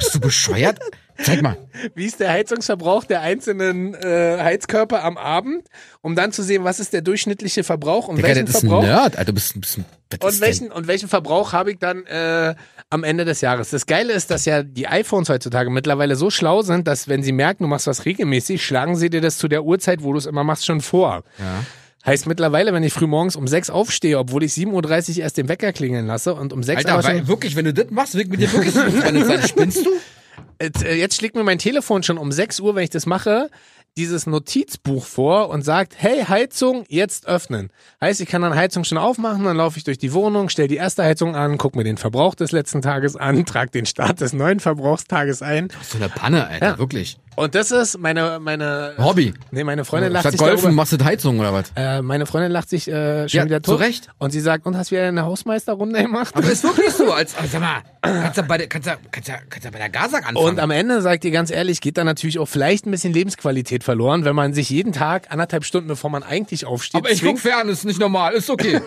Bist du bescheuert? Zeig mal.
wie ist der Heizungsverbrauch der einzelnen äh, Heizkörper am Abend, um dann zu sehen, was ist der durchschnittliche Verbrauch und
Digga,
welchen
das ist ein
Verbrauch
Nerd, Alter. Du bist, bist, bist
Und welchen, und welchen Verbrauch habe ich dann äh, am Ende des Jahres? Das Geile ist, dass ja die iPhones heutzutage mittlerweile so schlau sind, dass wenn sie merken, du machst was regelmäßig, schlagen sie dir das zu der Uhrzeit, wo du es immer machst, schon vor. Heißt mittlerweile, wenn ich früh morgens um sechs aufstehe, obwohl ich 7.30 Uhr erst den Wecker klingeln lasse und um sechs aber
Alter,
schon,
weil, wirklich, wenn du das machst, wird mit dir wirklich so befreundet sein. Spinnst du?
Jetzt, äh, jetzt schlägt mir mein Telefon schon um 6 Uhr, wenn ich das mache, dieses Notizbuch vor und sagt, hey, Heizung, jetzt öffnen. Heißt, ich kann dann Heizung schon aufmachen, dann laufe ich durch die Wohnung, stelle die erste Heizung an, gucke mir den Verbrauch des letzten Tages an, trage den Start des neuen Verbrauchstages ein.
So eine Panne, Alter,
Ja.
wirklich.
Und das ist meine, meine,
Hobby.
nee, meine Freundin lacht
Statt
sich
Golfen
darüber.
machst du Heizung oder was?
Äh, meine Freundin lacht sich äh, schon
Ja,
wieder
zu
tot.
Recht.
Und sie sagt, und hast wieder eine Hausmeisterrunde gemacht?
Aber ist wirklich so, als, als sag mal, kannst du bei der, kannst du, kannst du, kannst du bei der Gasak anfangen.
Und am Ende, sagt ihr ganz ehrlich, geht da natürlich auch vielleicht ein bisschen Lebensqualität verloren, wenn man sich jeden Tag anderthalb Stunden, bevor man eigentlich aufsteht,
aber ich guck
zwingt,
fern, ist nicht normal, ist okay.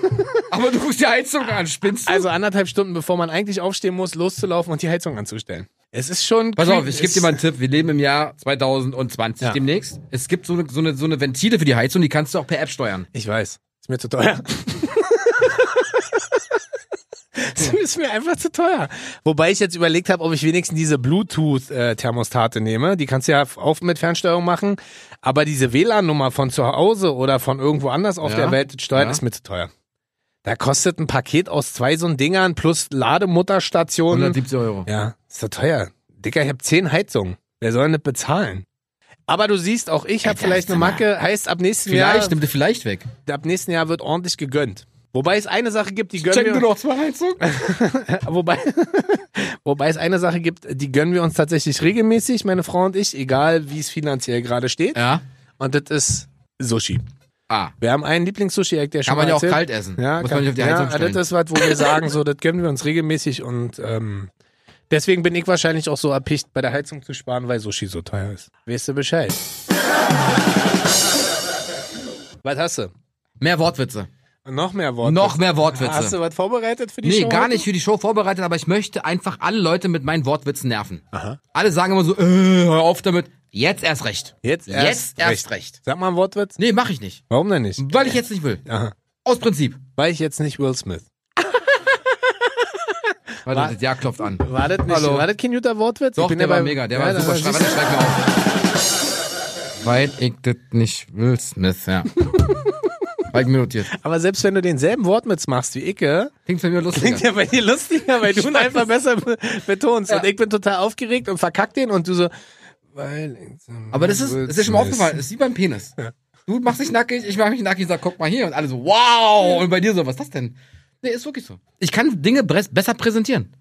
aber du guckst die Heizung an, spinnst du?
also anderthalb Stunden, bevor man eigentlich aufstehen muss, loszulaufen und die Heizung anzustellen. Es ist schon...
Pass auf, ich
es-
gebe dir mal einen Tipp. Wir leben im Jahr 2020
Ja.
demnächst. Es gibt so eine, so, eine, so eine Ventile für die Heizung, die kannst du auch per App steuern.
Ich weiß, ist mir zu teuer. Das ist mir einfach zu teuer. Wobei ich jetzt überlegt habe, ob ich wenigstens diese Bluetooth-Thermostate nehme. Die kannst du ja auch mit Fernsteuerung machen. Aber diese WLAN-Nummer von zu Hause oder von irgendwo anders auf
Ja,
der Welt steuern,
ja.
ist mir zu teuer. Da kostet ein Paket aus zwei so Dingern plus Lademutterstationen.
170 Euro.
Ja, ist doch teuer. Dicker, ich habe zehn Heizungen. Wer soll denn das bezahlen? Aber du siehst, auch ich habe
Alter,
vielleicht
sag
eine
mal.
Macke. Heißt, ab nächsten
Vielleicht,
Jahr
nimm dir vielleicht weg.
ab nächsten Jahr wird ordentlich gegönnt. Wobei es eine Sache gibt, die gönnen
Check
wir,
du noch zwei Heizungen?
wobei, wobei es eine Sache gibt, die gönnen wir uns tatsächlich regelmäßig, meine Frau und ich, egal wie es finanziell gerade steht.
Ja.
Und das ist Sushi.
Ah.
Wir haben einen Lieblings-Sushi-Egg, der schon
Kann man
mal
ja auch
erzählt.
kalt essen.
Ja,
Muss
kann-
man nicht auf die
ja
Heizung stellen.
das ist was, wo wir sagen, so, das gönnen wir uns regelmäßig und ähm, deswegen bin ich wahrscheinlich auch so erpicht, bei der Heizung zu sparen, weil Sushi so teuer ist. Weißt du Bescheid? was hast du?
Mehr Wortwitze.
Noch mehr Worte.
Noch mehr Wortwitze.
Hast du was vorbereitet für die
Nee,
Show?
gar
heute?
nicht für die Show vorbereitet, aber ich möchte einfach alle Leute mit meinen Wortwitzen nerven. Alle sagen immer so, äh, hör auf damit. Jetzt erst recht.
Jetzt erst
Jetzt erst recht.
Sag mal ein Wortwitz.
Nee, mach ich nicht.
Warum denn nicht?
Weil ich jetzt nicht will.
Aha.
Aus Prinzip.
War ich jetzt nicht Will Smith?
Warte, das Ja klopft an.
War das nicht?
Hallo.
War das kein guter Wortwitz?
Doch, der
ja
war
bei-
mega, der
Ja,
war
da-
super.
da-
Schrei, warte, schreib mir auf. Weil ich das nicht will, Smith, ja. Weil ich mir notiert.
Aber selbst wenn du denselben Wortwitz machst wie Icke,
Klingt für mich lustiger.
klingt ja bei dir lustiger, weil du ihn einfach besser be- betonst. Und ich bin total aufgeregt und verkack den und du so. Weil
Aber das ist, das ist dir schon mal aufgefallen, das ist wie beim Penis. Du machst dich nackig, ich mach mich nackig, sag, guck mal hier und alle so, wow! Und bei dir so, was ist das denn? Nee, ist wirklich so. Ich kann Dinge pres- besser präsentieren.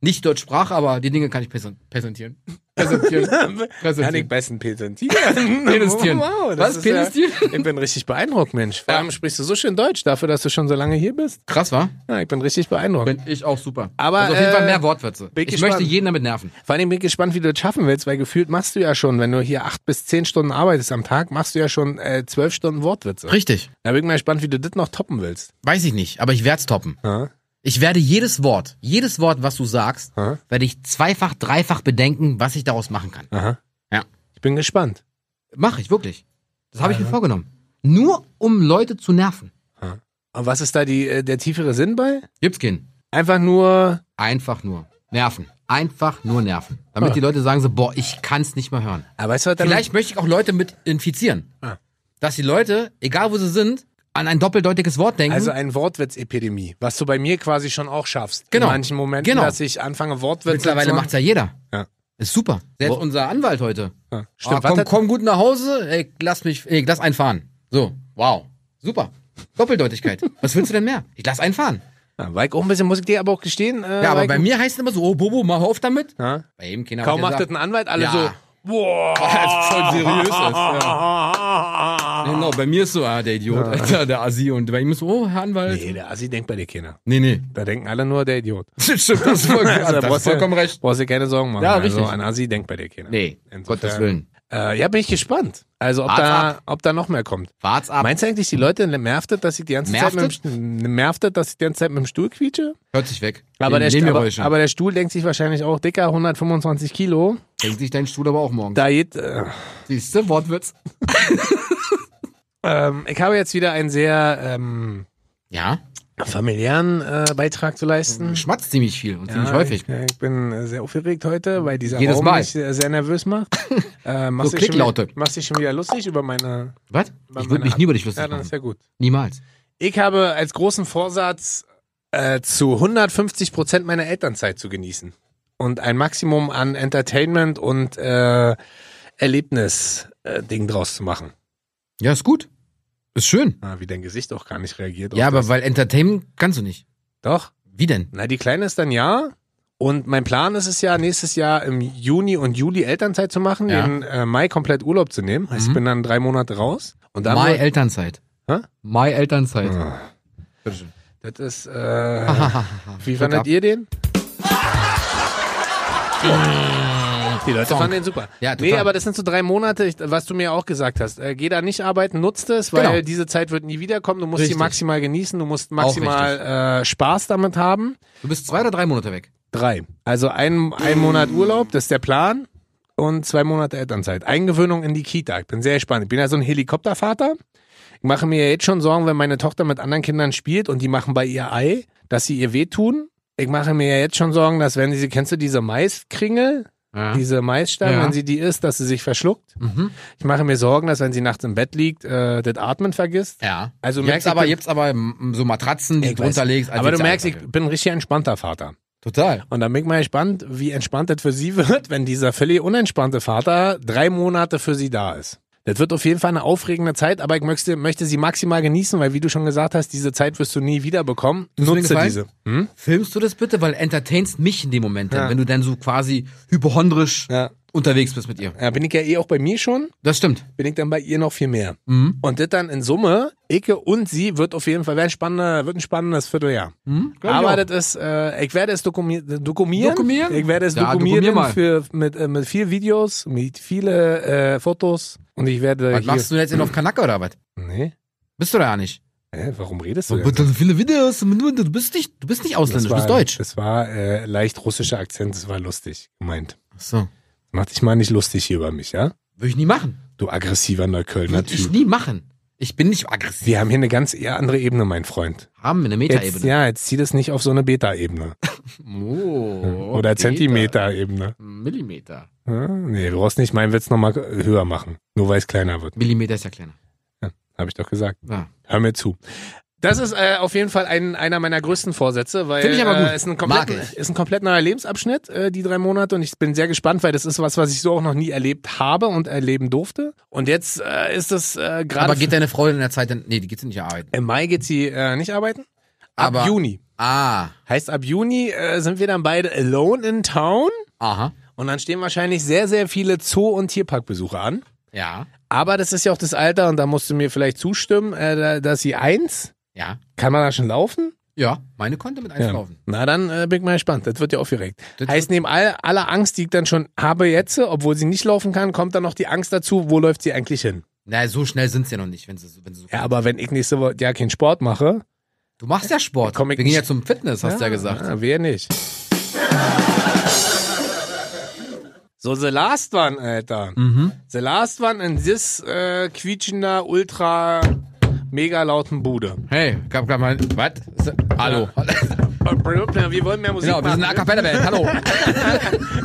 Nicht deutsch Sprache, aber die Dinge kann ich präsen- präsentieren. Präsentieren.
Kann ich
präsentieren.
besten präsentieren.
Penistieren.
Wow, das
Was?
ist ja,
Penistieren?
Ich bin richtig beeindruckt, Mensch. Warum sprichst du so schön Deutsch dafür, dass du schon so lange hier bist?
Krass, war?
Ja, ich bin richtig beeindruckt.
Bin ich auch super.
Aber,
also auf jeden
äh,
Fall mehr Wortwitze.
bin
Ich
ich
möchte
gespannt.
jeden damit nerven.
Vor allem bin ich gespannt, wie du das schaffen willst, weil gefühlt machst du ja schon, wenn du hier acht bis zehn Stunden arbeitest am Tag, machst du ja schon äh, zwölf Stunden Wortwitze.
Richtig.
Da bin ich mal gespannt, wie du das noch toppen willst.
Weiß ich nicht, aber ich werd's toppen.
Ja?
Ich werde jedes Wort, jedes Wort, was du sagst,
Aha.
werde ich zweifach, dreifach bedenken, was ich daraus machen kann.
Aha.
Ja.
Ich bin gespannt.
Mache ich wirklich. Das habe ich mir vorgenommen. Nur um Leute zu nerven.
Und was ist da die, äh, der tiefere Sinn bei?
Gibt's keinen.
Einfach nur,
Einfach nur nerven. Einfach nur nerven. Damit
Ah.
die Leute sagen so, boah, ich kann's nicht mehr hören.
aber ah, weißt du, was damit-
Vielleicht möchte ich auch Leute mit infizieren.
Ah.
Dass die Leute, egal wo sie sind, an ein doppeldeutiges Wort denken.
also ein Wortwitz-Epidemie, was du bei mir quasi schon auch schaffst.
Genau.
In manchen Momenten,
Genau.
dass ich anfange Wortwitze
Mittlerweile
zu-
macht's ja jeder.
Ja.
Ist super. Selbst
Wo-
unser Anwalt heute.
Ja.
Stimmt,
Stimmt,
ah,
was
komm,
hat-
komm gut nach Hause, ey, lass mich, ey, lass einen fahren. So, wow, super. Doppeldeutigkeit. Was willst du denn mehr? Ich lass einen fahren.
Ja, Weik auch ein bisschen, muss ich dir aber auch gestehen. äh,
Ja, aber
Weik-
bei mir heißt es immer so, oh Bobo, mach auf damit.
Ja.
Bei jedem Kinder
Kaum
hat
macht
er
das ein
gesagt,
Anwalt, alle
Ja.
so,
dass es voll seriös ist. Ja.
boah.
Genau, bei mir ist so, ah, der Idiot, Alter, der Asi. Und bei ihm ist so, oh, Herr Anwalt.
Nee, der Assi denkt bei dir keiner.
Nee, nee.
Da denken alle nur der Idiot.
Stimmt, das ist voll,
Also, da
das ist
brauchst du-
vollkommen recht.
Brauchst dir keine Sorgen machen.
Ja, richtig.
Also, an Assi denkt bei dir keiner.
Nee,
Insofern-
Gottes Willen.
Äh, ja, bin ich gespannt. Also, ob
Wart's
da, ob da noch mehr kommt.
Wart's ab.
Meinst du eigentlich, die Leute nervtet, dass ich die ganze Zeit mit dem,
Nervtet?
Stuhl- nervtet, dass ich die ganze Zeit mit dem Stuhl quietsche?
Hört sich weg.
Aber
Nehmen
der, Stuhl,
wir
aber,
ruhig schon.
aber der Stuhl denkt sich wahrscheinlich auch, dicker, 125 Kilo.
Denkt sich dein Stuhl aber auch morgen.
Da geht, äh,
Siehst du, Wortwitz.
ähm, ich habe jetzt wieder einen sehr, ähm,
Ja,
familiären äh, Beitrag zu leisten.
schmatzt ziemlich viel und ziemlich
Ja,
häufig.
Ich, ja, ich bin äh, sehr aufgeregt heute, weil dieser
Jedes
Raum
Mal.
mich äh, sehr nervös macht. Äh, machst
So
dich schon
Klicklaute.
wieder- Machst dich schon wieder lustig über meine...
Was?
über
Ich würde
meine
mich nie über dich lustig
Ja, dann
machen.
ist ja gut.
Niemals.
Ich habe als großen Vorsatz, äh, zu 150 Prozent meiner Elternzeit zu genießen. Und ein Maximum an Entertainment und äh, Erlebnis-Ding draus zu machen.
Ja, ist gut. Ist schön.
Ah, wie dein Gesicht auch gar nicht reagiert.
Ja,
auf
aber
das.
weil Entertainment kannst du nicht.
Doch.
Wie denn?
Na, die Kleine ist dann ja. Und mein Plan ist es ja, nächstes Jahr im Juni und Juli Elternzeit zu machen,
Ja.
den äh, Mai komplett Urlaub zu nehmen. Heißt,
Mhm.
ich bin dann drei Monate raus. Und dann.
My Elternzeit.
Hä?
My Elternzeit.
Ah,
Bitteschön.
das ist. Äh, wie
Gut ab.
fandet ihr den? Die Leute
Song.
fanden den super.
Ja,
nee,
total.
aber das sind so drei Monate, ich- was du mir auch gesagt hast. Äh, geh da nicht arbeiten, nutzt es, weil
Genau.
diese Zeit wird nie wiederkommen. Du musst
Richtig.
sie maximal genießen, du musst
richtig.
maximal äh, Spaß damit haben.
Du bist zwei oder drei Monate weg.
Drei. Also ein, ein Monat Urlaub, das ist der Plan. Und zwei Monate Elternzeit. Eingewöhnung in die Kita. Ich bin sehr gespannt. Ich bin ja so ein Helikoptervater. Ich mache mir jetzt schon Sorgen, wenn meine Tochter mit anderen Kindern spielt und die machen bei ihr Ei, dass sie ihr wehtun. Ich mache mir ja jetzt schon Sorgen, dass wenn sie, kennst du diese Maiskringel,
Ja.
diese Maissteine,
Ja.
wenn sie die isst, dass sie sich verschluckt.
Mhm.
Ich mache mir Sorgen, dass wenn sie nachts im Bett liegt, äh, das Atmen vergisst.
ja.
Also
Also jetzt
merkst du-
aber, jetzt aber mm, so Matratzen, die
Ich
du
weiß.
drunter legst. als
Aber du
jetzt
merkst, ich
Alter.
bin ein richtig entspannter Vater.
Total.
Und dann bin ich mal gespannt, wie entspannt das für sie wird, wenn dieser völlig unentspannte Vater drei Monate für sie da ist. Das wird auf jeden Fall eine aufregende Zeit, aber ich möchte, möchte sie maximal genießen, weil wie du schon gesagt hast, diese Zeit wirst du nie wieder bekommen.
Tust du mir
Nutze
einen
diese. Hm?
Filmst du das bitte? Weil entertainst mich in dem Moment, dann,
Ja.
wenn du dann so quasi hypochondrisch
Ja.
unterwegs bist mit ihr.
ja, bin ich ja eh auch bei mir schon,
Das stimmt.
bin ich dann bei ihr noch viel mehr.
Mhm.
Und das dann in Summe, Icke und sie wird auf jeden Fall, wird ein, spannender, wird ein spannendes Vierteljahr.
Mhm. Glaub ich auch.
Aber das ist, äh, ich werde es dokumi dokumieren.
Dokumieren?
Ich werde es
Ja,
dokumentieren
dokumier mal.
für, mit, äh, mit vielen Videos, mit vielen äh, Fotos. Und ich werde.
was machst du jetzt in auf Kanaka oder was?
Nee.
Bist du da ja nicht?
Hä, warum redest du
Aber
denn?
dann viele Videos, du bist nicht, du bist nicht ausländisch, du bist deutsch.
Das war äh, leicht russischer Akzent, das war lustig gemeint.
Ach so.
Mach dich mal nicht lustig hier über mich, ja?
Würde ich nie machen.
Du aggressiver Neuköllner
Würde ich
Typ.
nie machen. Ich bin nicht aggressiv.
Wir haben hier eine ganz eher andere Ebene, mein Freund.
Haben wir eine
Jetzt,
Metaebene.
ja, jetzt zieh das nicht auf so eine Beta-Ebene.
Oh,
Oder
Meter.
Zentimeter-Ebene.
Millimeter.
Hm? Nee, du brauchst nicht meinen Witz nochmal höher machen. Nur weil es kleiner wird.
Millimeter ist ja kleiner.
Habe ich doch gesagt.
Ja.
Hör mir zu. Das ist äh, auf jeden Fall ein, einer meiner größten Vorsätze, weil
Finde ich aber gut.
Äh, ist, ein
Mag
komplett,
ich.
ist ein komplett neuer Lebensabschnitt, äh, die drei Monate. Und ich bin sehr gespannt, weil das ist was, was ich so auch noch nie erlebt habe und erleben durfte. Und jetzt äh, ist es äh,
Aber
gerade.
geht deine Frau in der Zeit dann. Nee, die geht nicht arbeiten.
Im Mai geht sie äh, nicht arbeiten. Ab
Aber-
Juni.
Ah,
Heißt, ab Juni äh, sind wir dann beide alone in town.
aha.
Und dann stehen wahrscheinlich sehr, sehr viele Zoo- und Tierparkbesuche an.
Ja.
Aber das ist ja auch das Alter, und da musst du mir vielleicht zustimmen, äh, da- dass sie eins.
Ja.
Kann man da schon laufen?
Ja, meine konnte mit
Ja.
einlaufen.
Na dann äh, bin ich mal gespannt. Das wird ja aufgeregt.
Das
heißt, neben all, aller Angst, die ich dann schon habe jetzt, obwohl sie nicht laufen kann, kommt dann noch die Angst dazu, wo läuft sie eigentlich hin?
Na, so schnell sind sie ja noch nicht, wenn sie, so- wenn sie so.
Ja, aber wenn ich nächste Woche ja keinen Sport mache,
Du machst ja Sport.
Komm, ich
Wir gehen ja
nicht-
zum Fitness, hast du ja, gesagt.
Ah, wer nicht? So, the last one, Alter.
Mhm.
The last one in this äh, quietschender, ultra, mega lauten Bude.
Hey, gab gerade mal. Was? Hallo.
Wir wollen mehr Musik
Genau, wir sind eine A
machen.
cappella Band. Hallo.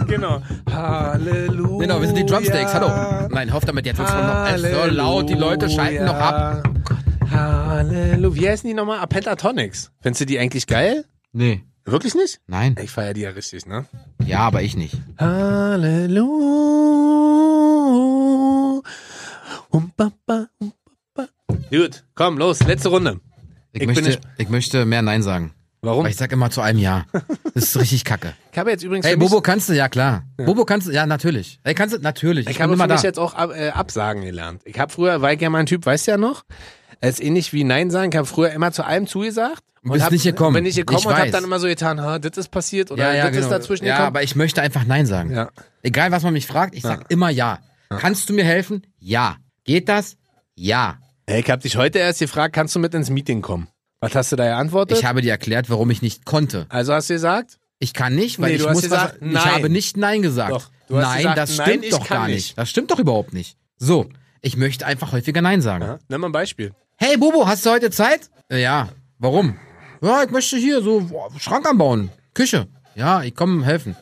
Genau. Halleluja.
Genau, wir sind die Drumsticks. Hallo. Nein, hoff damit jetzt wird's nur noch es ist so laut, die Leute schalten noch ab.
Halleluja. Wie heißen die nochmal? Pentatonics. Findest du die eigentlich geil?
Nee.
Wirklich nicht?
Nein.
Ich feier die ja richtig, ne?
Ja, aber ich nicht.
Halleluja. Um, ba, ba, um, ba, ba. Gut, komm, los, letzte Runde.
Ich,
Ich bin
möchte,
nicht-
ich möchte mehr Nein sagen.
Warum?
Weil ich sag immer zu einem Ja. Das ist richtig kacke.
Ich habe jetzt übrigens
Hey,
für mich,
Bobo kannst du, ja klar. Bobo kannst du, ja natürlich. Ey, kannst du, natürlich.
ich
bin
habe
immer
für
da.
mich jetzt auch ab, äh, Absagen gelernt. Ich habe früher, war ich ja mal ein Typ, weißt du ja noch, als ähnlich wie Nein sagen, ich habe früher immer zu allem zugesagt.
Du bist
hab,
nicht gekommen.
Bin nicht gekommen
Ich
und habe
weiß.
dann immer so getan, ha, das ist passiert oder
ja, ja,
das
genau.
ist äh, dazwischen
ja,
gekommen.
aber ich möchte einfach Nein sagen.
Ja.
Egal, was man mich fragt, ich sag immer Ja. Kannst du mir helfen? Ja. Geht das? Ja.
Hey, ich habe dich heute erst gefragt, kannst du mit ins Meeting kommen? Was hast du da geantwortet?
Ich habe dir erklärt, warum ich nicht konnte.
also hast du gesagt?
Ich kann nicht, weil
Nee,
ich
du
muss
hast gesagt,
was,
nein.
Ich habe nicht Nein gesagt.
Doch, du hast
nein,
gesagt,
das
nein,
stimmt
ich
doch
kann
gar nicht.
nicht.
Das stimmt doch überhaupt nicht. So, ich möchte einfach häufiger Nein sagen.
Ja. Nimm mal ein Beispiel.
Hey Bobo, hast du heute Zeit? Äh, Ja, warum? Ja, ich möchte hier so boah, Schrank anbauen, Küche. Ja, ich komme helfen.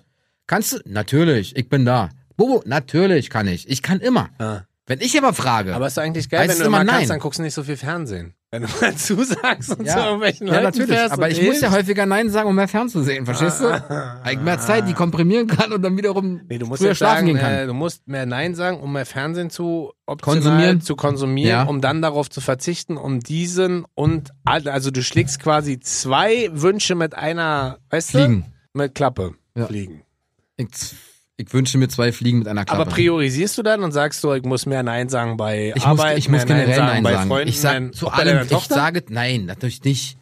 Kannst du? Natürlich, ich bin da. Bobo, natürlich kann ich. Ich kann immer.
Ja.
Wenn ich aber frage,
Ah. Aber ist doch eigentlich geil,
Heißt
wenn du
es immer
immer kannst,
nein?
dann guckst du nicht so viel Fernsehen. Wenn du mal zusagst und zu
ja,
irgendwelchen
ja
Leuten
natürlich.
fährst
Aber
und
ich muss ja
hilfst.
häufiger Nein sagen, um mehr fernzusehen, verstehst du? Weil ich mehr Zeit, die komprimieren kann und dann wiederum
Ah. Nee, du musst
früher
jetzt
schlafen
sagen,
gehen kann.
äh, du musst mehr Nein sagen, um mehr Fernsehen zu optional
Konsumieren.
zu konsumieren,
Ja.
um dann darauf zu verzichten, um diesen und alle- also du schlägst quasi zwei Wünsche mit einer, weißt
Fliegen.
du, mit Klappe
Ja.
fliegen.
Ich, ich wünsche mir zwei Fliegen mit einer Klappe.
Aber priorisierst du dann und sagst du, ich muss mehr Nein sagen bei
Ich
Arbeit,
muss, ich muss
mehr
generell Nein
bei
sagen.
Freunden,
ich sag
nein.
zu
Ob bei deiner
allem, ich
Tochter? Hm.
sage, nein, natürlich nicht.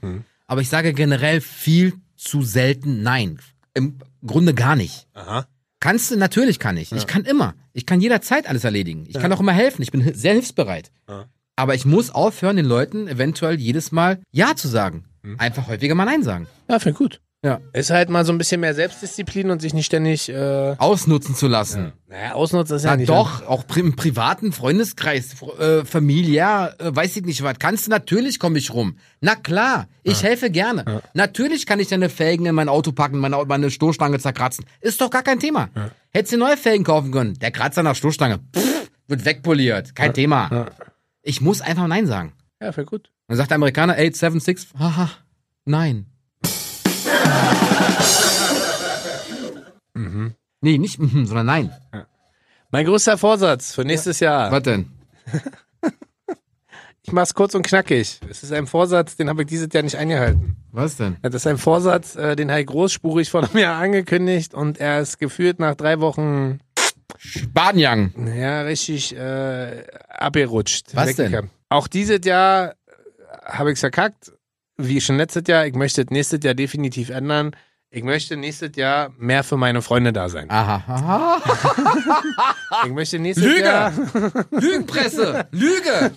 Aber ich sage generell viel zu selten nein. Im Grunde gar nicht.
Aha.
Kannst du, natürlich kann ich. Ich kann immer. Ich kann jederzeit alles erledigen. Ich kann auch immer helfen. Ich bin hi- sehr hilfsbereit.
Ja.
Aber ich muss aufhören, den Leuten eventuell jedes Mal Ja zu sagen. Einfach häufiger mal Nein sagen.
Hm. Ja, finde ich gut.
Ja.
Ist halt mal so ein bisschen mehr Selbstdisziplin und sich nicht ständig äh,
Ausnutzen zu lassen.
naja, ausnutzen ist ja
Na
nicht.
doch, auch pri im privaten Freundeskreis, fr- äh, familiär, äh, weiß ich nicht was. Kannst du natürlich komme ich rum. Na klar, ich helfe gerne. Natürlich kann ich deine Felgen in mein Auto packen, meine, Au- meine Stoßstange zerkratzen. Ist doch gar kein Thema. Hättest du neue Felgen kaufen können. Der Kratzer nach Stoßstange. Pff, wird wegpoliert. Kein Thema. Ich muss einfach Nein sagen.
Ja, finde ich gut.
Dann sagt der Amerikaner 876, haha, nein. Nee, nicht, mhm, sondern nein.
Mein größter Vorsatz für nächstes Jahr.
Was denn?
Ich mach's kurz und knackig. Es ist ein Vorsatz, den habe ich dieses Jahr nicht eingehalten.
Was denn?
Ja, Das ist ein Vorsatz, äh, den habe ich großspurig vor einem Jahr angekündigt und er ist gefühlt nach drei Wochen
Badenjang.
ja, richtig äh, abgerutscht.
Was
Weggekommen. Auch dieses Jahr habe ich verkackt. Wie schon letztes Jahr. Ich möchte das nächstes Jahr definitiv ändern. Ich möchte nächstes Jahr mehr für meine Freunde da sein.
Aha. Aha.
Ich möchte nächstes Jahr.
Ah, Lüge! Lügenpresse! Lüge!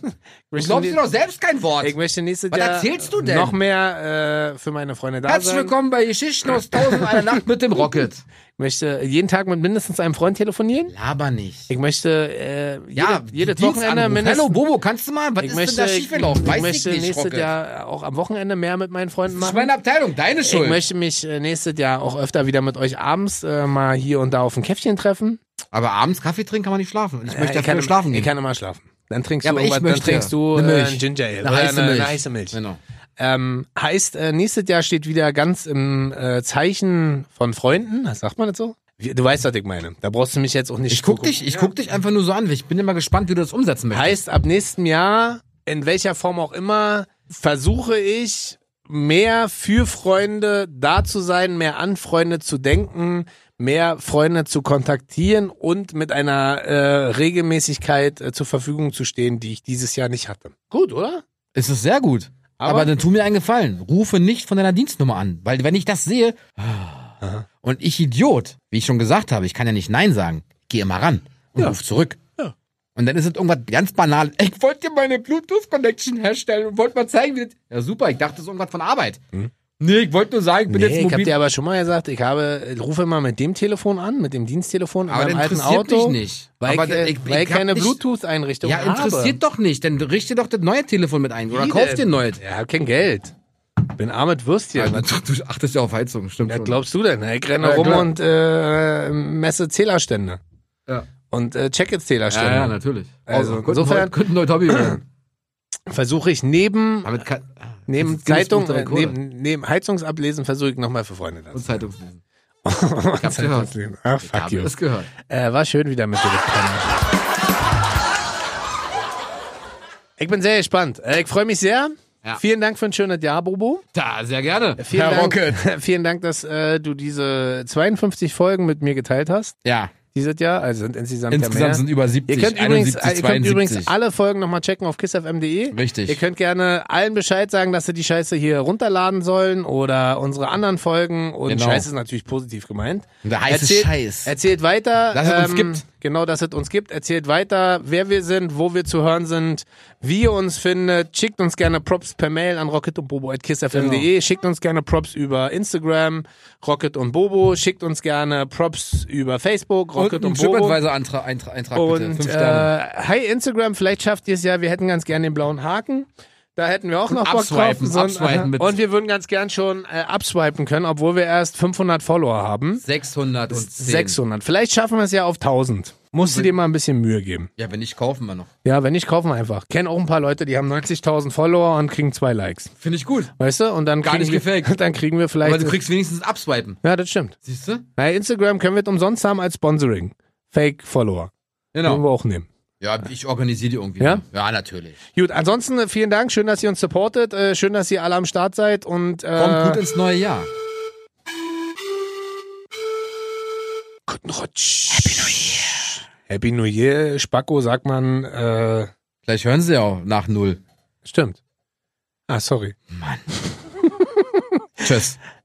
Du
Ich
glaubst dir
möchte,
doch selbst kein Wort.
ich möchte nächstes
Was
Jahr
erzählst du denn?
noch mehr äh, für meine Freunde da
Herzlich
sein.
willkommen bei Geschichten aus Tausend und einer Nacht mit dem Rocket.
Ich möchte jeden Tag mit mindestens einem Freund telefonieren.
Laber nicht.
Ich möchte äh, jede,
ja,
jedes
Dienstanruf.
Wochenende
Hallo
mindestens.
Bobo, kannst du mal? Was
ich
ist
möchte,
denn da schiefgelaufen?
ich
Weiß
möchte
ich nicht,
nächstes
Rocket.
Jahr auch am Wochenende mehr mit meinen Freunden
das ist
machen.
meine Abteilung, deine
Ich
Schuld.
möchte mich äh, nächstes Jahr auch öfter wieder mit euch abends äh, mal hier und da auf ein Käffchen treffen.
aber abends Kaffee trinken kann man nicht schlafen. Und ich möchte
Äh, ich
dafür
kann,
schlafen
Ich
gehen.
kann immer schlafen. Dann trinkst
Ja,
du,
aber ich
irgendwas- dann
möchte
trinkst du
eine
äh,
Milch.
ein Ginger Ale.
Eine
oder
heiße
eine,
Milch.
Eine heiße Milch.
Genau.
Ähm, heißt, äh, nächstes Jahr steht wieder ganz im äh, Zeichen von Freunden. Was sagt man das so? Wie- Du weißt, was ich meine. Da brauchst du mich jetzt auch nicht
Ich guck
gucken.
dich, ich guck dich einfach nur so an. weil Ich bin immer gespannt, wie du das umsetzen möchtest.
Heißt, ab nächstem Jahr, in welcher Form auch immer, versuche ich, mehr für Freunde da zu sein, mehr an Freunde zu denken, mehr Freunde zu kontaktieren und mit einer äh, Regelmäßigkeit äh, zur Verfügung zu stehen, die ich dieses Jahr nicht hatte. Gut, oder?
Es ist sehr gut.
Aber-
Aber, dann tu mir einen Gefallen. Rufe nicht von deiner Dienstnummer an. Weil wenn ich das sehe,
Ah.
und ich Idiot, wie ich schon gesagt habe, ich kann ja nicht Nein sagen, geh immer ran und ruf zurück.
Ja.
Und dann ist es irgendwas ganz banal. Ich wollte dir meine Bluetooth-Connection herstellen und wollte mal zeigen, wie das. Ja, super, ich dachte, das ist irgendwas von Arbeit. Nee, ich wollte nur sagen, ich bin
Hm? Nee,
jetzt
ich habe
mobil.
dir aber schon mal gesagt, ich habe, äh, rufe mal mit dem Telefon an, mit dem Diensttelefon in
Aber
meinem
das
alten
interessiert
Auto.
mich nicht.
Weil
Aber
ich, äh,
ich- ich
weil ich
hab
keine
nicht-
Bluetooth-Einrichtung
ja,
habe.
interessiert doch nicht. Dann richte doch das neue Telefon mit ein. Oder
Wie
kauf
denn?
dir ein neues.
Ja, hab kein Geld. Bin arm mit Würstchen.
Ja,
Was
du, du achtest ja auf Heizung, stimmt
was
schon.
glaubst du denn? Ich renne
Ja,
rum
klar.
und äh, messe Zählerstände.
Ja.
Und äh, check jetzt
ja,
Zählerstände.
ja, natürlich.
Also,
könnten
insofern-
heute- könnten heute Hobby werden.
Versuche ich neben,
Damit kann, ah,
neben
das ist Guinness
Zeitung,
Buch der
äh,
Rekorde.
neben, neben Heizungsablesen versuche ich nochmal für Freunde das.
Und Zeitungslesen.
Und
hab's gehört.
Zeitungslesen. Ach, fuck
Habe
you.
es gehört.
Äh, war schön wieder mit dir. du Penner. Ich bin sehr gespannt. Äh, ich freue mich sehr.
Ja.
Vielen Dank für ein schönes Jahr, Bobo.
Da, sehr gerne.
Vielen
Herr
Dank,
Rocket.
Vielen Dank, dass äh, du diese 52 Folgen mit mir geteilt hast.
Ja,
Dieses Jahr, also sind insgesamt, ja mehr.
insgesamt sind über 70,
Ihr könnt, übrigens, äh,
71,
ihr könnt übrigens
72.
alle Folgen nochmal checken auf kissfm.de.
Richtig.
Ihr könnt gerne allen Bescheid sagen, dass sie die Scheiße hier runterladen sollen oder unsere anderen Folgen. Und
Genau.
Scheiße ist natürlich positiv gemeint.
Der heiße
erzählt,
Scheiß.
Erzählt weiter.
Dass es uns gibt.
Genau, dass es uns gibt. Erzählt weiter, wer wir sind, wo wir zu hören sind, wie ihr uns findet. Schickt uns gerne Props per Mail an rocketundbobo.kissfm.de.
Genau.
Schickt uns gerne Props über Instagram, Rocket und Bobo. Schickt uns gerne Props über Facebook,
und
Rocket
einen
und, Bobo.
TripAdvisor-Eintrag Eintrag, Eintrag bitte.
Und
Fünf
äh,
Sterne.
hi Instagram, vielleicht schafft ihr es ja. Wir hätten ganz gern den blauen Haken. Da hätten wir auch noch Bock drauf. äh,
abswipen, abswipen mit-
und wir würden ganz gern schon äh, abswipen können, obwohl wir erst 500 Follower haben.
610.
600. Vielleicht schaffen wir es ja auf 1000. Musst du dir mal ein bisschen Mühe geben.
Ja, wenn nicht, kaufen wir noch.
Ja, wenn nicht, kaufen wir einfach. Kennen auch ein paar Leute, die haben 90.000 Follower und kriegen zwei Likes.
Finde ich gut.
Weißt du? Und dann,
Gar
kriegen,
nicht
wir,
gefaked.
dann kriegen wir vielleicht.
Aber du kriegst wenigstens abswipen.
ja, das stimmt.
Siehst du?
Bei Instagram können wir es umsonst haben als Sponsoring. Fake-Follower. Können
Genau.
wir auch nehmen.
Ja, ich organisiere die irgendwie.
Ja?
Ja, natürlich.
Gut, ansonsten äh, vielen Dank, schön, dass ihr uns supportet, äh, schön, dass ihr alle am Start seid und äh,
Kommt gut ins neue Jahr.
guten Rutsch. Happy New Year. Happy New Year, Spacko sagt man, äh,
Vielleicht hören sie ja auch nach Null.
stimmt. Ah, sorry.
Tschüss.